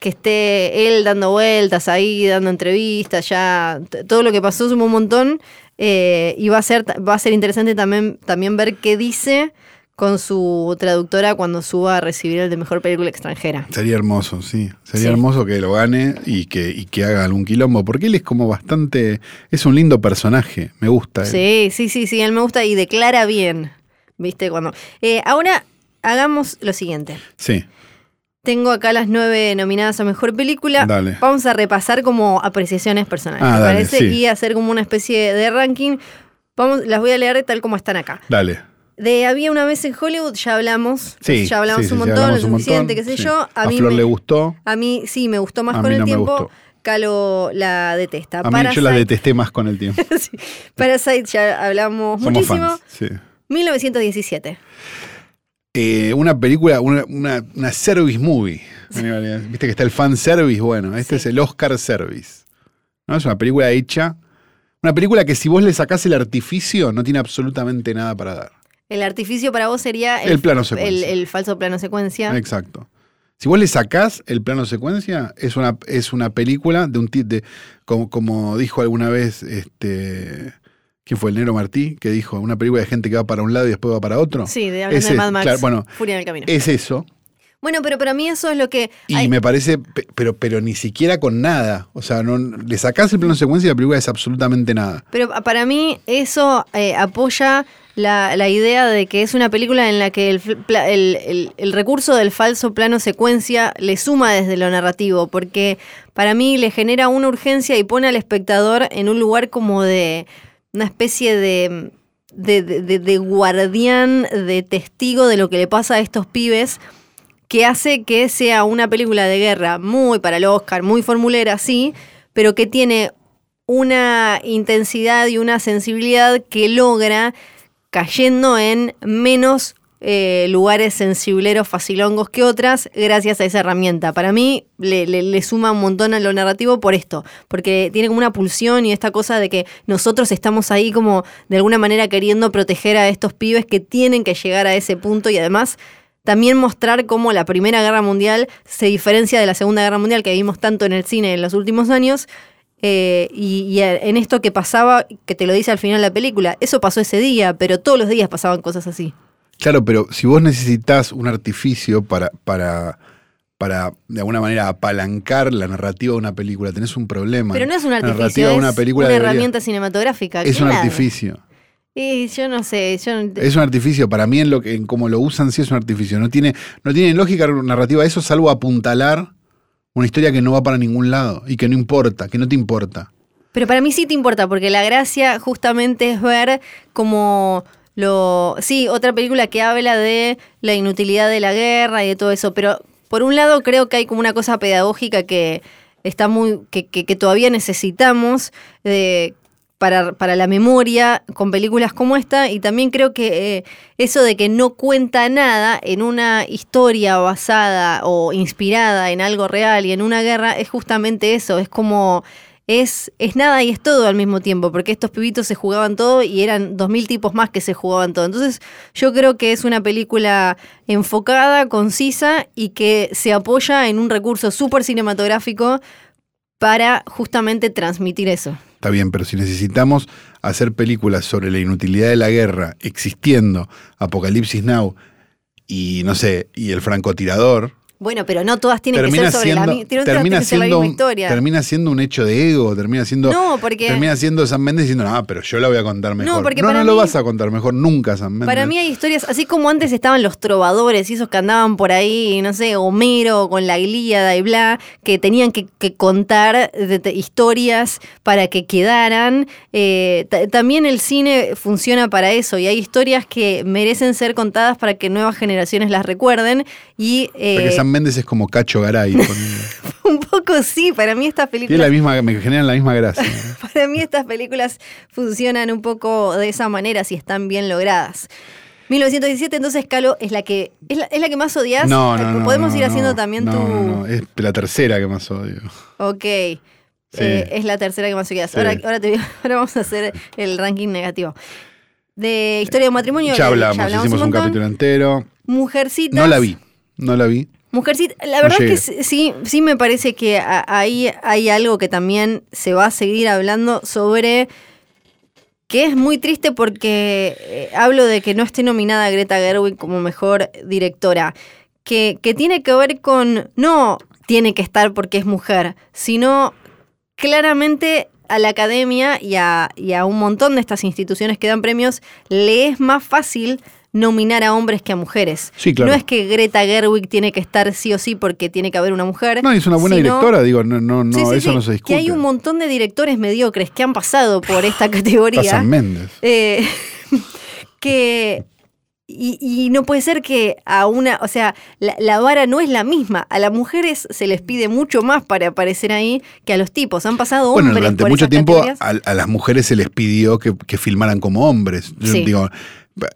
C: que esté él dando vueltas ahí, dando entrevistas, ya t- todo lo que pasó suma un montón eh, y va a ser ta- va a ser interesante también también ver qué dice con su traductora cuando suba a recibir el de mejor película extranjera.
B: Sería hermoso, sí. Sería
C: Sí.
B: hermoso que lo gane y que, y que haga algún quilombo, porque él es como bastante. Es un lindo personaje, me gusta. él.
C: Sí, sí, sí, sí, él me gusta y declara bien. ¿Viste? Cuando. Eh, ahora hagamos lo siguiente.
B: Sí.
C: Tengo acá las nueve nominadas a mejor película.
B: Dale.
C: Vamos a repasar como apreciaciones personales,
B: Ah,
C: ¿te
B: dale,
C: parece?
B: sí.
C: Y hacer como una especie de ranking. Vamos, las voy a leer tal como están acá.
B: Dale.
C: De Había una vez en Hollywood, ya hablamos.
B: Sí.
C: ya hablamos
B: sí,
C: un
B: sí,
C: montón,
B: hablamos
C: lo
B: un montón,
C: suficiente, qué sé
B: sí.
C: yo.
B: A,
C: A, mí
B: Flor
C: me-
B: le gustó.
C: a mí sí, me gustó más
B: A
C: con
B: mí
C: el
B: no me
C: tiempo.
B: gustó.
C: Calo la detesta.
B: A mí yo la
C: Parasite-
B: detesté más con el tiempo.
C: Sí. Parasite ya hablamos
B: Somos
C: muchísimo.
B: fans. sí.
C: 1917.
B: Eh, una película, una, una, una service movie. Viste que está el fan service. Bueno, este
C: Sí.
B: es el Oscar service. ¿No? Es una película hecha. Una película que si vos le sacás el artificio, no tiene absolutamente nada para dar.
C: El artificio para vos sería
B: El plano
C: el,
B: secuencia.
C: el falso plano secuencia.
B: Exacto. Si vos le sacás el plano secuencia, es una, es una película de un ti- de como, como dijo alguna vez este. ¿Quién fue el Nero Martí? Que dijo una película de gente que va para un lado y después va para otro.
C: Sí, de hablando
B: Ese
C: de
B: es,
C: Mad Max.
B: claro, bueno,
C: Furia en el camino.
B: Es eso.
C: bueno, pero para mí eso es lo que.
B: Y
C: hay-
B: me parece, pe- pero, pero ni siquiera con nada. O sea, no, le sacás el plano secuencia y la película es absolutamente nada.
C: Pero para mí eso eh, apoya la, la idea de que es una película en la que el, fl- pla- el- el- el recurso del falso plano secuencia le suma desde lo narrativo, porque para mí le genera una urgencia y pone al espectador en un lugar como de una especie de... de- de- de- de guardián, de testigo de lo que le pasa a estos pibes, que hace que sea una película de guerra muy para el Oscar, muy formulera, sí, pero que tiene una intensidad y una sensibilidad que logra cayendo en menos eh, lugares sensibleros, facilongos que otras, gracias a esa herramienta. Para mí le, le- le suma un montón a lo narrativo por esto, porque tiene como una pulsión y esta cosa de que nosotros estamos ahí como de alguna manera queriendo proteger a estos pibes que tienen que llegar a ese punto y además también mostrar cómo la Primera Guerra Mundial se diferencia de la Segunda Guerra Mundial que vimos tanto en el cine en los últimos años. eh, y, y en esto que pasaba, que te lo dice al final la película, eso pasó ese día, pero todos los días pasaban cosas así.
B: Claro, pero si vos necesitas un artificio para, para, para, de alguna manera, apalancar la narrativa de una película, tenés un problema.
C: Pero no es un
B: La
C: artificio,
B: narrativa
C: es
B: de
C: una,
B: una película debería-
C: herramienta cinematográfica.
B: Es un
C: claro.
B: artificio.
C: Y yo no sé, yo no-
B: Es un artificio. Para mí, en, lo que, en cómo lo usan, sí es un artificio. No tiene, no tiene lógica narrativa eso, salvo apuntalar una historia que no va para ningún lado y que no importa, que no te importa.
C: Pero para mí sí te importa, porque la gracia justamente es ver como lo. Sí, otra película que habla de la inutilidad de la guerra y de todo eso. Pero por un lado creo que hay como una cosa pedagógica que está muy. que, que- que todavía necesitamos eh, para, para la memoria con películas como esta. Y también creo que eh, eso de que no cuenta nada en una historia basada o inspirada en algo real y en una guerra es justamente eso. Es como es, es nada y es todo al mismo tiempo, porque estos pibitos se jugaban todo y eran 2.000 tipos más que se jugaban todo. Entonces yo creo que es una película enfocada, concisa y que se apoya en un recurso súper cinematográfico para justamente transmitir eso.
B: Está bien, pero si necesitamos hacer películas sobre la inutilidad de la guerra existiendo, Apocalipsis Now y no sé, y el francotirador,
C: Bueno, pero no todas tienen que ser sobre la, mi- tienen todas
B: termina
C: tienen que ser la
B: siendo
C: misma
B: un-
C: historia.
B: termina siendo un hecho de ego, termina siendo
C: no, porque...
B: termina siendo San Méndez diciendo, "Ah, pero yo la voy a contar mejor." No,
C: porque
B: no,
C: para
B: lo
C: mí-
B: vas a contar mejor nunca, San Méndez.
C: Para mí hay historias, así como antes estaban los trovadores y esos que andaban por ahí, no sé, Homero con la Ilíada y bla, que tenían que, que contar de- de historias para que quedaran. eh, ta- también el cine funciona para eso y hay historias que merecen ser contadas para que nuevas generaciones las recuerden. Y eh,
B: porque San Méndez es como Cacho Garay, ponele.
C: un poco sí, para mí estas películas
B: tiene la misma me generan la misma gracia. ¿no?
C: para mí estas películas funcionan un poco de esa manera si están bien logradas. 1917, entonces, Calo, es la que es la, es la que más odias. Eh,
B: No, no, no.
C: Podemos
B: no,
C: ir haciendo
B: no,
C: también
B: no,
C: tu...
B: no, no, es la tercera que más odio.
C: Ok. Eh, es la tercera que más odias.
B: Sí.
C: Ahora, ahora, te- ahora vamos a hacer el ranking negativo. De historia de matrimonio.
B: Ya hablamos, hicimos un
C: montón.
B: capítulo entero.
C: Mujercitas.
B: No la vi, no la vi.
C: Mujercita, la
B: No
C: verdad
B: llegué.
C: es que sí, sí me parece que a- ahí hay algo que también se va a seguir hablando sobre que es muy triste porque eh, hablo de que no esté nominada Greta Gerwig como mejor directora, que, que tiene que ver con, no tiene que estar porque es mujer, sino claramente a la academia y a, y a un montón de estas instituciones que dan premios le es más fácil nominar a hombres que a mujeres.
B: Sí, claro.
C: No es que Greta Gerwig tiene que estar sí o sí porque tiene que haber una mujer.
B: No, es una buena
C: sino-
B: directora, digo, no, no, no,
C: Sí, sí,
B: eso
C: sí,
B: no se discute.
C: Que hay un montón de directores mediocres que han pasado por esta categoría.
B: Está San Méndez.
C: Eh, que. Y, y no puede ser que a una. O sea, la, la vara no es la misma. A las mujeres se les pide mucho más para aparecer ahí que a los tipos. Han pasado
B: Bueno,
C: hombres
B: durante
C: por
B: mucho
C: esas
B: tiempo
C: categorías.
B: a, a las mujeres se les pidió que, que filmaran como hombres. Yo
C: Sí.
B: digo,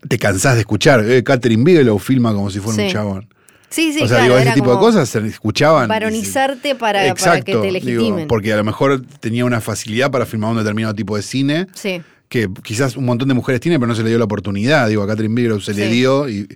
B: te cansás de escuchar, eh, Catherine Bigelow filma como si fuera un
C: Sí.
B: chabón.
C: Sí, sí,
B: o sea,
C: claro,
B: digo, ese
C: era
B: tipo de
C: como
B: cosas se escuchaban. y se-
C: Varonizarte para,
B: Exacto,
C: para que te
B: digo,
C: legitimen.
B: porque a lo mejor tenía una facilidad para filmar un determinado tipo de cine
C: Sí.
B: que quizás un montón de mujeres tienen, pero no se le dio la oportunidad. Digo, a Catherine Bigelow se le
C: Sí.
B: dio y,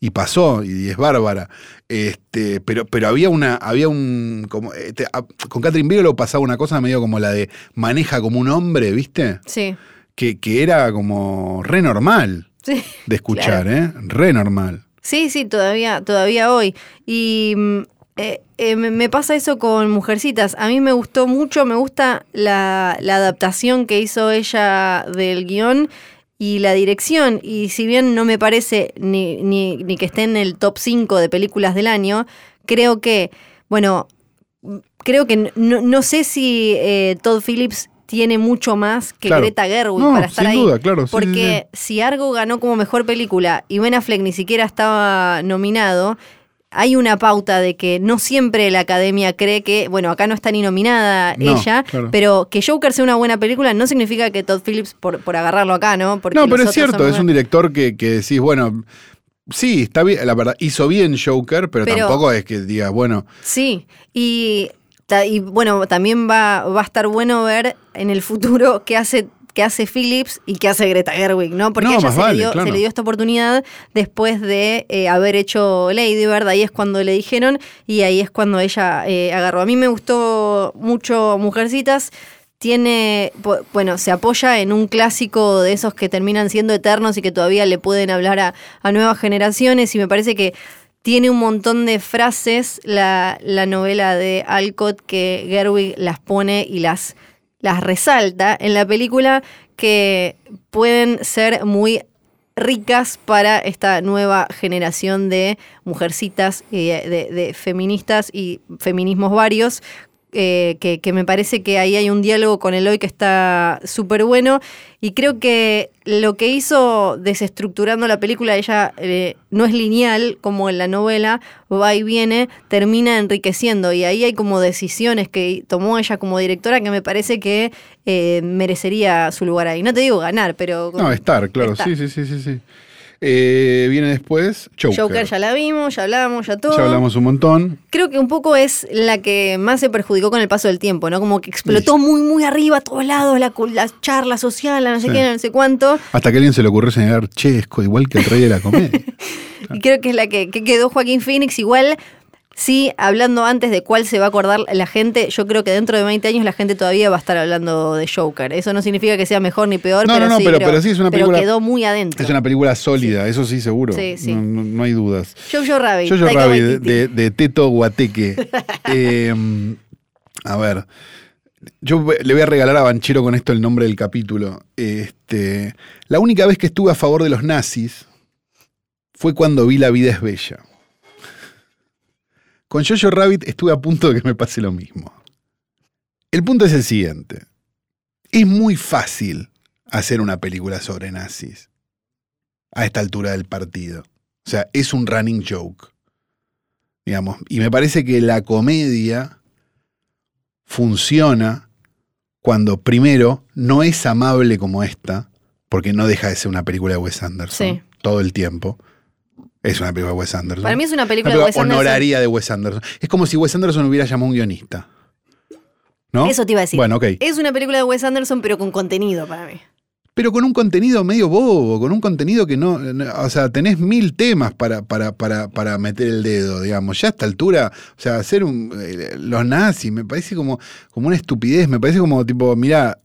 B: y pasó, y es bárbara. Este, pero, pero había una, había un. Como, este, a- con Catherine Bigelow pasaba una cosa medio como la de maneja como un hombre, ¿viste?
C: Sí.
B: Que, que era como re normal
C: Sí.
B: de escuchar, ¿eh? Re normal.
C: Sí, sí, todavía, todavía hoy. Y mm, eh, eh, me me pasa eso con Mujercitas. A mí me gustó mucho, me gusta la, la adaptación que hizo ella del guión y la dirección. Y si bien no me parece ni, ni, ni que esté en el top 5 de películas del año, creo que, bueno, mm, creo que n- no, no sé si eh, Todd Phillips tiene mucho más que
B: Claro.
C: Greta Gerwig
B: no,
C: para estar
B: sin
C: ahí.
B: duda, claro. sí, sí,
C: Porque
B: sí.
C: si Argo ganó como mejor película y Ben Affleck ni siquiera estaba nominado, hay una pauta de que no siempre la academia cree que, bueno, acá no está ni nominada
B: No,
C: ella,
B: claro.
C: pero que Joker sea una buena película no significa que Todd Phillips, por, por agarrarlo acá, ¿no? Porque
B: No,
C: los
B: pero es
C: otros son
B: cierto, es
C: buenos.
B: un director que, que decís, bueno. Sí, está bien, la verdad, hizo bien Joker, pero,
C: Pero-
B: tampoco es que digas, bueno,
C: Sí, y, ta- y bueno, también va, va a estar bueno ver en el futuro qué hace qué hace Phillips y qué hace Greta Gerwig, ¿no? Porque
B: No,
C: ella
B: más
C: se,
B: vale,
C: le dio, se
B: claro.
C: le dio esta oportunidad después de eh, haber hecho Lady Bird, ahí es cuando le dijeron y ahí es cuando ella eh, agarró. A mí me gustó mucho Mujercitas, tiene, po- bueno, se apoya en un clásico de esos que terminan siendo eternos y que todavía le pueden hablar a, a nuevas generaciones y me parece que tiene un montón de frases la, la novela de Alcott que Gerwig las pone y las, las resalta en la película que pueden ser muy ricas para esta nueva generación de mujercitas, eh, de, de feministas y feminismos varios. eh, que, que me parece que ahí hay un diálogo con Eloy que está súper bueno y creo que lo que hizo desestructurando la película, ella eh, no es lineal como en la novela, va y viene, termina enriqueciendo y ahí hay como decisiones que tomó ella como directora que me parece que eh, merecería su lugar ahí. No te digo ganar, pero...
B: no, estar, claro,
C: Estar.
B: sí, sí, sí, sí, sí. Eh, viene después Joker.
C: Joker. ya la vimos, ya hablamos, ya todo.
B: Ya hablamos un montón.
C: Creo que un poco es la que más se perjudicó con el paso del tiempo, ¿no? Como que explotó muy, muy arriba a todos lados, la, cu- la charla social, la no sé
B: Sí.
C: qué, la no sé cuánto.
B: Hasta que a alguien se le ocurrió señalar, che, es co- igual que el rey de la comedia. Ah.
C: Y creo que es la que, que quedó Joaquín Phoenix igual. Sí, hablando antes de cuál se va a acordar la gente, yo creo que dentro de 20 años la gente todavía va a estar hablando de Joker. Eso no significa que sea mejor ni peor,
B: No,
C: pero,
B: no, no,
C: sí,
B: pero- pero sí es una película-
C: quedó muy adentro.
B: es una película sólida, eso sí, seguro.
C: Sí, sí.
B: No, no- no hay dudas.
C: Jojo Rabbit.
B: Jojo
C: Taika
B: Rabbit
C: Waititi.
B: de, de Teto Guateque. Eh, a ver. Yo le voy a regalar a Banchero con esto el nombre del capítulo. Este, la única vez que estuve a favor de los nazis fue cuando vi La vida es bella. Con Jojo Rabbit estuve a punto de que me pase lo mismo. El punto es el siguiente. Es muy fácil hacer una película sobre nazis a esta altura del partido. O sea, es un running joke. Digamos. Y me parece que la comedia funciona cuando, primero, no es amable como esta, porque no deja de ser una película de Wes Anderson
C: Sí.
B: todo el tiempo. Es una película de Wes Anderson.
C: Para mí es una
B: Una
C: película de Wes
B: película
C: Anderson.
B: honoraria de Wes Anderson. Es como si Wes Anderson hubiera llamado a un guionista. ¿No?
C: Eso te iba a decir.
B: Bueno, ok.
C: Es una película de Wes Anderson, pero con contenido para mí.
B: Pero con un contenido medio bobo, con un contenido que no. no- O sea, tenés mil temas para, para, para, para meter el dedo, digamos. Ya a esta altura, o sea, hacer un, eh, los nazis me parece como, como una estupidez. Me parece como tipo, mirá,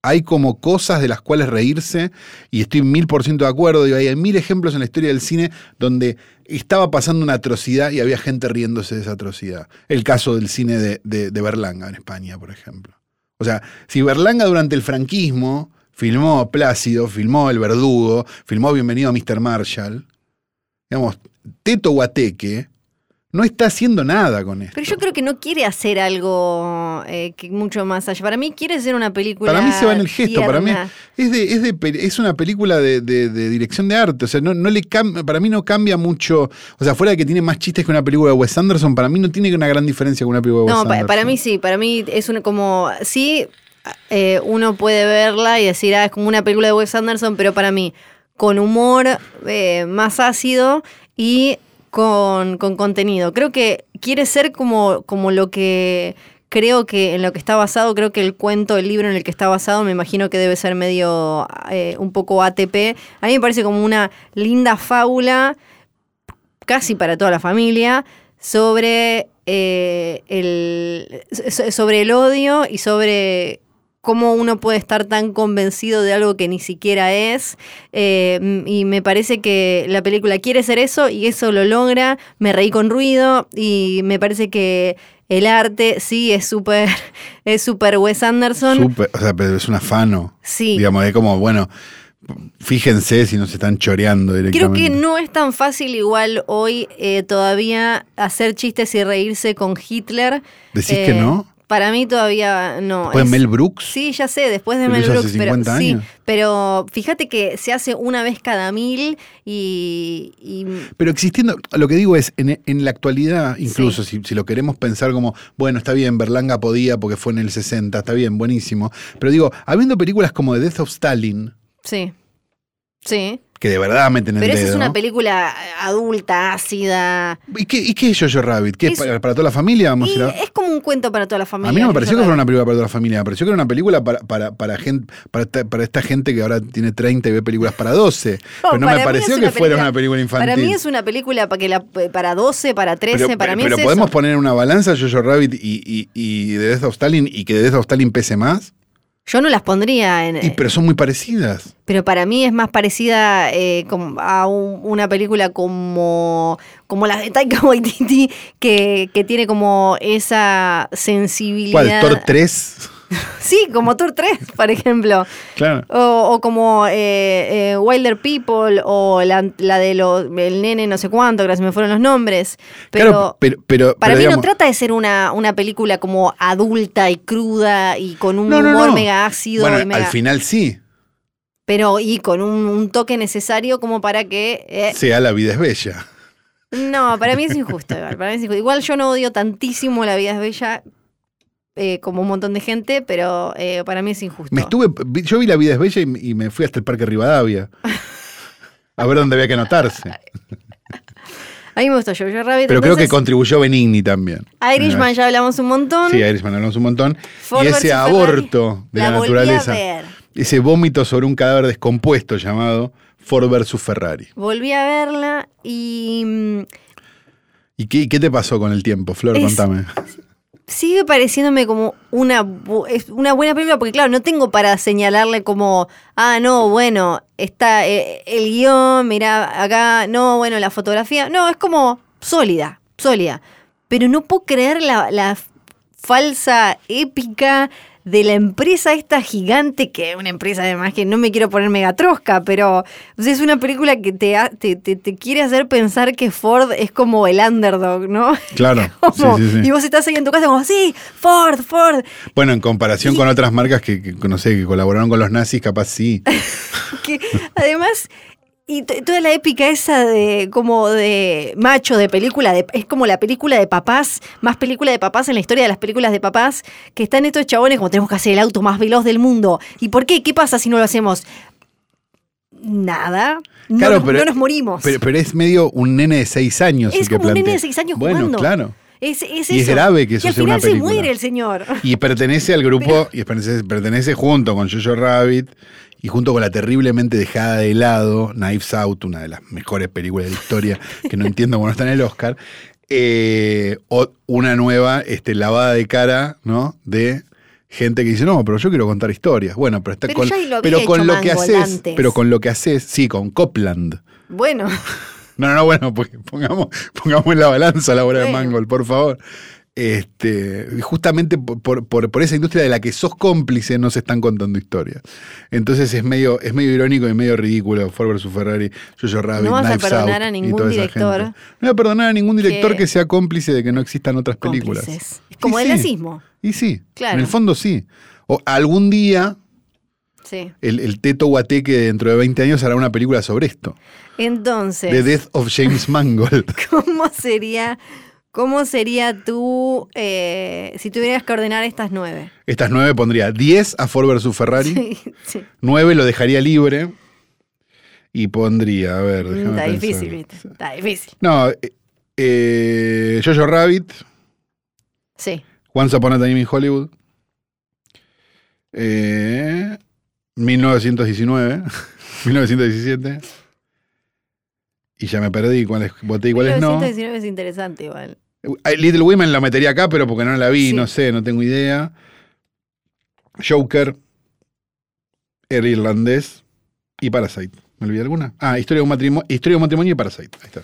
B: hay como cosas de las cuales reírse y estoy mil por ciento de acuerdo. Digo, hay mil ejemplos en la historia del cine donde estaba pasando una atrocidad y había gente riéndose de esa atrocidad. El caso del cine de, de- de Berlanga en España, por ejemplo. O sea, si Berlanga durante el franquismo filmó Plácido, filmó El Verdugo, filmó Bienvenido a Mr. Marshall, digamos, Teto Guateque no está haciendo nada con esto.
C: Pero yo creo que no quiere hacer algo eh, que mucho más allá. Para mí quiere ser una película.
B: Para mí se va en el gesto, para mí
C: tierna.
B: Es, de, es, de pe- es una película de, de- de dirección de arte, o sea, no, no le cam- para mí no cambia mucho, o sea, fuera de que tiene más chistes que una película de Wes Anderson, para mí no tiene una gran diferencia con una película de Wes
C: No,
B: Anderson.
C: pa- para mí sí, para mí es una como, sí, eh, uno puede verla y decir, ah, es como una película de Wes Anderson, pero para mí, con humor eh, más ácido y con, con contenido. Creo que quiere ser como, como lo que creo que en lo que está basado, creo que el cuento, el libro en el que está basado, me imagino que debe ser medio eh, un poco ATP. A mí me parece como una linda fábula casi para toda la familia, sobre, eh, el, so- sobre el odio y sobre cómo uno puede estar tan convencido de algo que ni siquiera es. Eh, m- y me parece que la película quiere ser eso y eso lo logra. Me reí con ruido y me parece que el arte sí es súper es súper Wes Anderson.
B: Súper, o sea, pero es un afano.
C: sí.
B: Digamos, es como, bueno, fíjense si no se están choreando
C: Creo
B: directamente.
C: que no es tan fácil igual hoy eh, todavía hacer chistes y reírse con Hitler. Eh,
B: ¿Decís que no?
C: Para mí todavía no.
B: Después
C: Es-
B: Mel Brooks.
C: Sí, ya sé, después de
B: Pero
C: Mel
B: eso hace
C: Brooks, pero
B: 50
C: sí,
B: años.
C: pero fíjate que se hace una vez cada mil y, y-
B: Pero existiendo, lo que digo es, en, en la actualidad, incluso si, si lo queremos pensar como, bueno, está bien, Berlanga podía porque fue en el 60, está bien, buenísimo. Pero digo, habiendo películas como The Death of Stalin,
C: sí, Sí.
B: que de verdad meten el
C: Pero esa
B: dedo,
C: es una
B: ¿no?
C: película adulta, ácida.
B: ¿Y qué, ¿Y qué es Jojo Rabbit? ¿Qué es
C: Es-
B: para, para toda la familia? Vamos a
C: Y
B: ir a-
C: es como un cuento para toda la familia.
B: A mí no me
C: Jojo
B: pareció que fuera
C: Rabbit.
B: una película para toda la familia, me pareció que era una película para, para, para, gen- para, esta, para esta gente que ahora tiene 30 y ve películas para 12. pero no
C: para
B: me
C: mí
B: pareció
C: es
B: que fuera una película infantil.
C: Para mí es una película para, que la, para 12, para 13,
B: pero,
C: para mí
B: pero
C: es
B: podemos
C: eso.
B: poner en una balanza Jojo Rabbit y, y, y The Death of Stalin y que The Death of Stalin pese más.
C: Yo no las pondría en...
B: Y, pero son muy parecidas.
C: Pero para mí es más parecida eh, com- a un- una película como, como la de Taika Waititi, que, que tiene como esa
B: ¿Cuál?
C: sensibilidad.
B: ¿Thor 3?
C: Sí, como Thor 3, por ejemplo.
B: Claro.
C: O, o como eh, eh, Wilder People, o la, la de los, el nene no sé cuánto, que ahora se me fueron los nombres. Pero,
B: claro, pero, pero-
C: para
B: pero
C: mí no
B: digamos-
C: trata de ser una, una película como adulta y cruda y con un
B: No, no,
C: humor
B: no.
C: mega ácido
B: Bueno,
C: y mega-
B: al final sí,
C: pero y con un, un toque necesario como para que... eh,
B: sea La vida es bella.
C: No, para mí es injusto igual. Para mí es injusto. Igual yo no odio tantísimo La vida es bella eh, como un montón de gente, pero eh, para mí es injusto.
B: Me estuve, vi- yo vi La vida es bella y, y me fui hasta el Parque Rivadavia. A ver dónde había que anotarse.
C: A mí me gustó Jojo Rabbit.
B: Pero creo que
C: Ah, entonces,
B: contribuyó Benigni también.
C: Irishman ya hablamos un montón.
B: Sí, Irishman hablamos un montón.
C: Ford
B: y
C: versus
B: ese
C: Ferrari,
B: aborto de la,
C: volví a
B: naturaleza,
C: ver.
B: ese vómito sobre un cadáver descompuesto llamado Ford versus Ferrari.
C: Volví a verla y mm,
B: ¿Y qué, qué te pasó con el tiempo, Flor?
C: Es-
B: Contame.
C: sigue pareciéndome como una, bu- es una buena película, porque claro, no tengo para señalarle como, ah, no, bueno, está eh, el guión, mirá acá, no, bueno, la fotografía. No, es como sólida, sólida. Pero no puedo creer la, la f- falsa épica de la empresa esta gigante, que es una empresa además que no me quiero poner megatrosca, pero o sea, es una película que te, ha- te, te- te quiere hacer pensar que Ford es como el underdog, ¿no?
B: Claro. Sí,
C: Como,
B: sí, sí.
C: Y vos estás ahí en tu casa como, sí, Ford, Ford.
B: Bueno, en comparación
C: y-
B: con otras marcas que, que, no sé, que colaboraron con los nazis, capaz sí.
C: Que, además, y t- toda la épica esa de como de macho, de película, de, es como la película de papás, más película de papás en la historia de las películas de papás, que están estos chabones como tenemos que hacer el auto más veloz del mundo. ¿Y por qué? ¿Qué pasa si no lo hacemos? Nada. No,
B: Claro,
C: nos,
B: pero-
C: no nos morimos.
B: Pero, pero es medio un nene de seis años.
C: es
B: el que
C: como un nene
B: plantea.
C: de seis años
B: bueno,
C: jugando.
B: claro.
C: Es, es
B: Y es
C: eso.
B: grave que eso
C: y al
B: sea una
C: final se
B: película.
C: muere el señor.
B: Y pertenece al grupo, y pertenece, pertenece junto con Jojo Rabbit y junto con la terriblemente dejada de lado Knives Out, una de las mejores películas de la historia, que no entiendo cómo no está en el Oscar, eh, o una nueva este, lavada de cara, ¿no? De gente que dice, no, pero yo quiero contar historias. Bueno, pero está
C: Pero
B: con,
C: ya lo había
B: pero con
C: hecho
B: lo que
C: Mangold
B: haces,
C: antes.
B: pero con lo que haces, sí, con Copland.
C: Bueno.
B: No, no, no, bueno, porque pongamos, pongamos en la balanza la obra de
C: Bueno.
B: Mangold, por favor. Este, y justamente por, por- por- por esa industria de la que sos cómplice no se están contando historias. Entonces es medio, es medio irónico y medio ridículo Ford vs Ferrari, Jojo Rabbit,
C: vas a
B: Knives Out
C: perdonar a
B: y
C: ningún
B: toda esa
C: director
B: gente. No voy a perdonar a ningún director que,
C: que-
B: sea cómplice de que no existan otras películas.
C: Cómplices. Es como
B: Y
C: el
B: sí,
C: nazismo.
B: Y sí,
C: Claro.
B: en el fondo sí. O algún día
C: Sí.
B: el, el Teto Guateque dentro de 20 años hará una película sobre esto.
C: Entonces,
B: The Death of James Mangold.
C: ¿cómo sería, cómo sería tú eh, si tuvieras que ordenar estas nueve?
B: Estas nueve pondría 10 a Ford versus Ferrari,
C: Sí, sí.
B: 9 lo dejaría libre y pondría, a ver, déjame
C: Mm, Está
B: pensar.
C: difícil, viste. Está difícil.
B: No, eh, eh, Jojo Rabbit,
C: Sí.
B: Once Upon a Time in Hollywood, eh, 1919, 1917, y ya me perdí cuáles voté y cuáles no.
C: 1919 es interesante igual.
B: Eh, Little Women la metería acá, pero porque no la vi,
C: Sí.
B: no sé, no tengo idea. Joker, El Irlandés y Parasite. ¿Me olvidé alguna? Ah, Historia de un matrimonio, historia de un matrimonio y Parasite. Ahí está.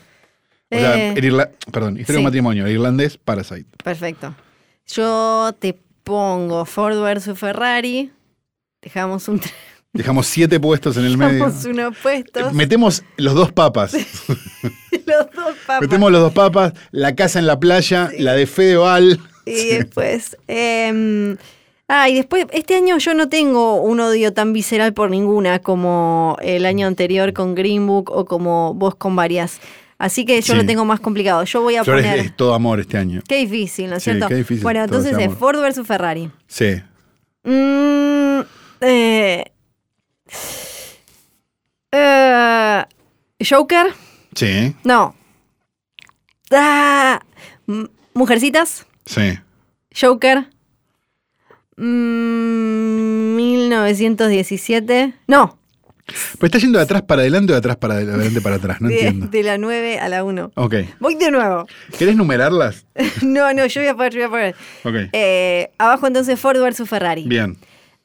B: O sea,
C: Eh,
B: el Irla- perdón, Historia de
C: sí.
B: un matrimonio, El Irlandés, Parasite.
C: perfecto. Yo te pongo Ford versus Ferrari. Dejamos un
B: Dejamos siete puestos en el medio.
C: dejamos unos
B: Eh,
C: puestos.
B: Metemos los dos papas.
C: los dos papas.
B: Metemos los dos papas, la casa en la playa, la de Fedeval.
C: Y después. em, ah, y después, este año yo no tengo un odio tan visceral por ninguna como el año anterior con Green Book o como vos con varias. Así que yo
B: Sí.
C: lo tengo más complicado. Yo voy a
B: Flores
C: poner.
B: es todo amor este año.
C: Qué difícil, ¿no es
B: Sí,
C: cierto?
B: qué difícil
C: bueno,
B: todo ese
C: entonces es
B: amor.
C: Ford versus Ferrari.
B: Sí.
C: Mm, eh, eh, Joker.
B: Sí,
C: No. Ah, M- Mujercitas.
B: sí.
C: Joker. Mm, 1917. No.
B: Pero está yendo de atrás para adelante o de atrás para adel- adelante para atrás, no
C: de,
B: entiendo.
C: de la 9 a la 1.
B: Ok.
C: Voy de nuevo.
B: ¿Querés numerarlas?
C: No, no, yo voy a poner, yo voy a poner.
B: Ok.
C: Eh, abajo entonces Ford versus Ferrari.
B: Bien.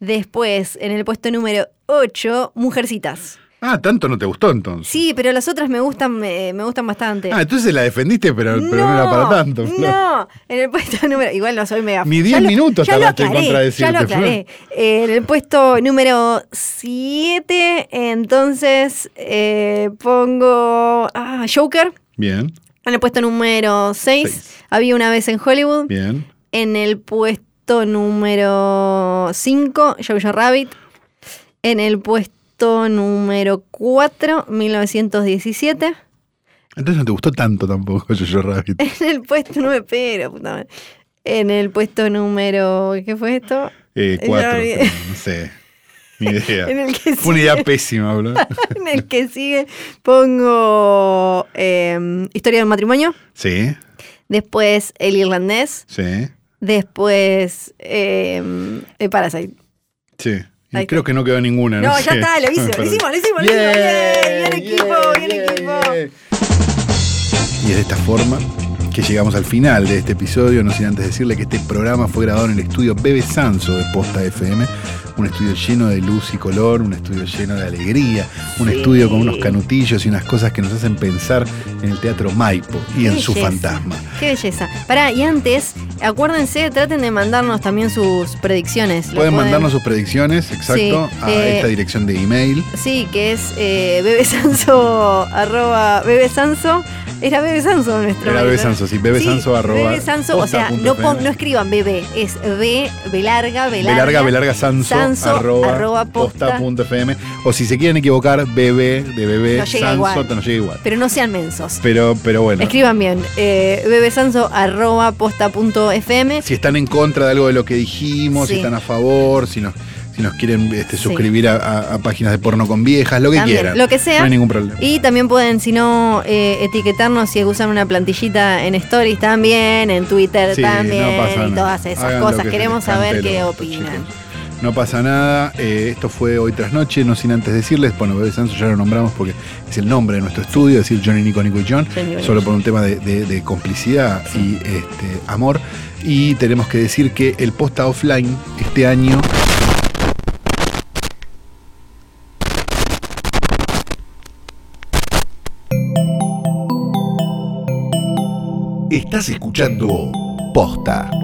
C: Después, en el puesto número 8, Mujercitas.
B: Ah, tanto no te gustó entonces.
C: Sí, pero las otras me gustan, me, me gustan bastante.
B: Ah, entonces la defendiste, pero, pero no era para tanto. Flor.
C: No, en el puesto número. Igual no soy mega.
B: Ni
C: Ya
B: 10
C: lo-
B: minutos
C: ya lo
B: tardaste en
C: aclaré,
B: contradecirte,
C: Ya lo aclaré. Eh, en el puesto número 7, entonces eh, pongo. Ah, Joker.
B: Bien,
C: En el puesto número 6,
B: Seis.
C: había una vez en Hollywood.
B: bien.
C: En el puesto número 5, Jojo Rabbit. En el puesto número 4, 1917.
B: Entonces no te gustó tanto tampoco Jojo Rabbit.
C: En el puesto número. Pero, puta madre. En el puesto número. ¿Qué fue esto?
B: Eh,
C: no,
B: cuatro,
C: ni-
B: pero no sé. Ni idea.
C: En el que
B: Fue una
C: sigue,
B: idea pésima, boludo.
C: en el que sigue pongo eh, Historia del matrimonio.
B: Sí,
C: Después El irlandés.
B: sí,
C: Después eh, eh, Parasite.
B: sí. Y
C: Ahí
B: creo
C: está.
B: que no quedó ninguna. No,
C: No, ya
B: sé.
C: está, lo hice, lo hicimos, lo hicimos, lo hicimos. Bien, bien equipo, bien equipo.
B: Y es de esta forma que llegamos al final de este episodio, no sin antes decirle que este programa fue grabado en el estudio Bebe Sanso de Posta FM, un estudio lleno de luz y color, un estudio lleno de alegría, un
C: Sí.
B: estudio con unos canutillos y unas cosas que nos hacen pensar en el teatro Maipo y en
C: Qué
B: su
C: belleza.
B: fantasma.
C: Qué belleza. Pará, y antes, acuérdense, traten de mandarnos también sus predicciones. Lo
B: Pueden mandarnos sus predicciones, exacto,
C: Sí,
B: a
C: eh,
B: esta dirección de email.
C: Sí, que es eh, bebesanso arroba bebesanso. Era bebesanso nuestro.
B: Era
C: mail,
B: Bebe
C: ¿no?
B: Sanso, sí, bebesanso arroba
C: bebesanso, o
B: posta
C: sea,
B: punto
C: no,
B: FM.
C: pon- no escriban bebé, es b, b larga, b larga.
B: Belarga, Belarga Sanso,
C: Sanso,
B: arroba,
C: arroba, posta.
B: posta punto FM. O si se quieren equivocar, bebé, de bebé,
C: Nos llega
B: Sanso,
C: igual.
B: te nos llega igual.
C: Pero no sean mensos.
B: Pero, pero bueno,
C: Escriban bien, eh, bebesanso arroba posta punto fm.
B: si están en contra de algo de lo que dijimos,
C: Sí.
B: si están a favor, si nos, si nos quieren este,
C: Sí.
B: suscribir a, a- a páginas de porno con viejas, lo que
C: También,
B: quieran.
C: lo que sea.
B: No hay ningún problema.
C: Y también pueden, si no, eh, etiquetarnos si usan una plantillita en Stories también, en Twitter
B: Sí, no
C: también,
B: pasa
C: y
B: nada.
C: todas esas
B: Hagan lo
C: cosas.
B: que se
C: Queremos
B: les cante
C: saber
B: el
C: qué
B: orto,
C: opinan.
B: chicos. No pasa nada, eh, esto fue hoy tras noche, no sin antes decirles, bueno, Bebé Sanso ya lo nombramos porque es el nombre de nuestro estudio, es decir, Johnny Nico, Nico y John,
C: Johnny, Nico.
B: solo por un tema de, de- de complicidad y este, amor. Y tenemos que decir que el posta offline este año
A: Estás escuchando Posta.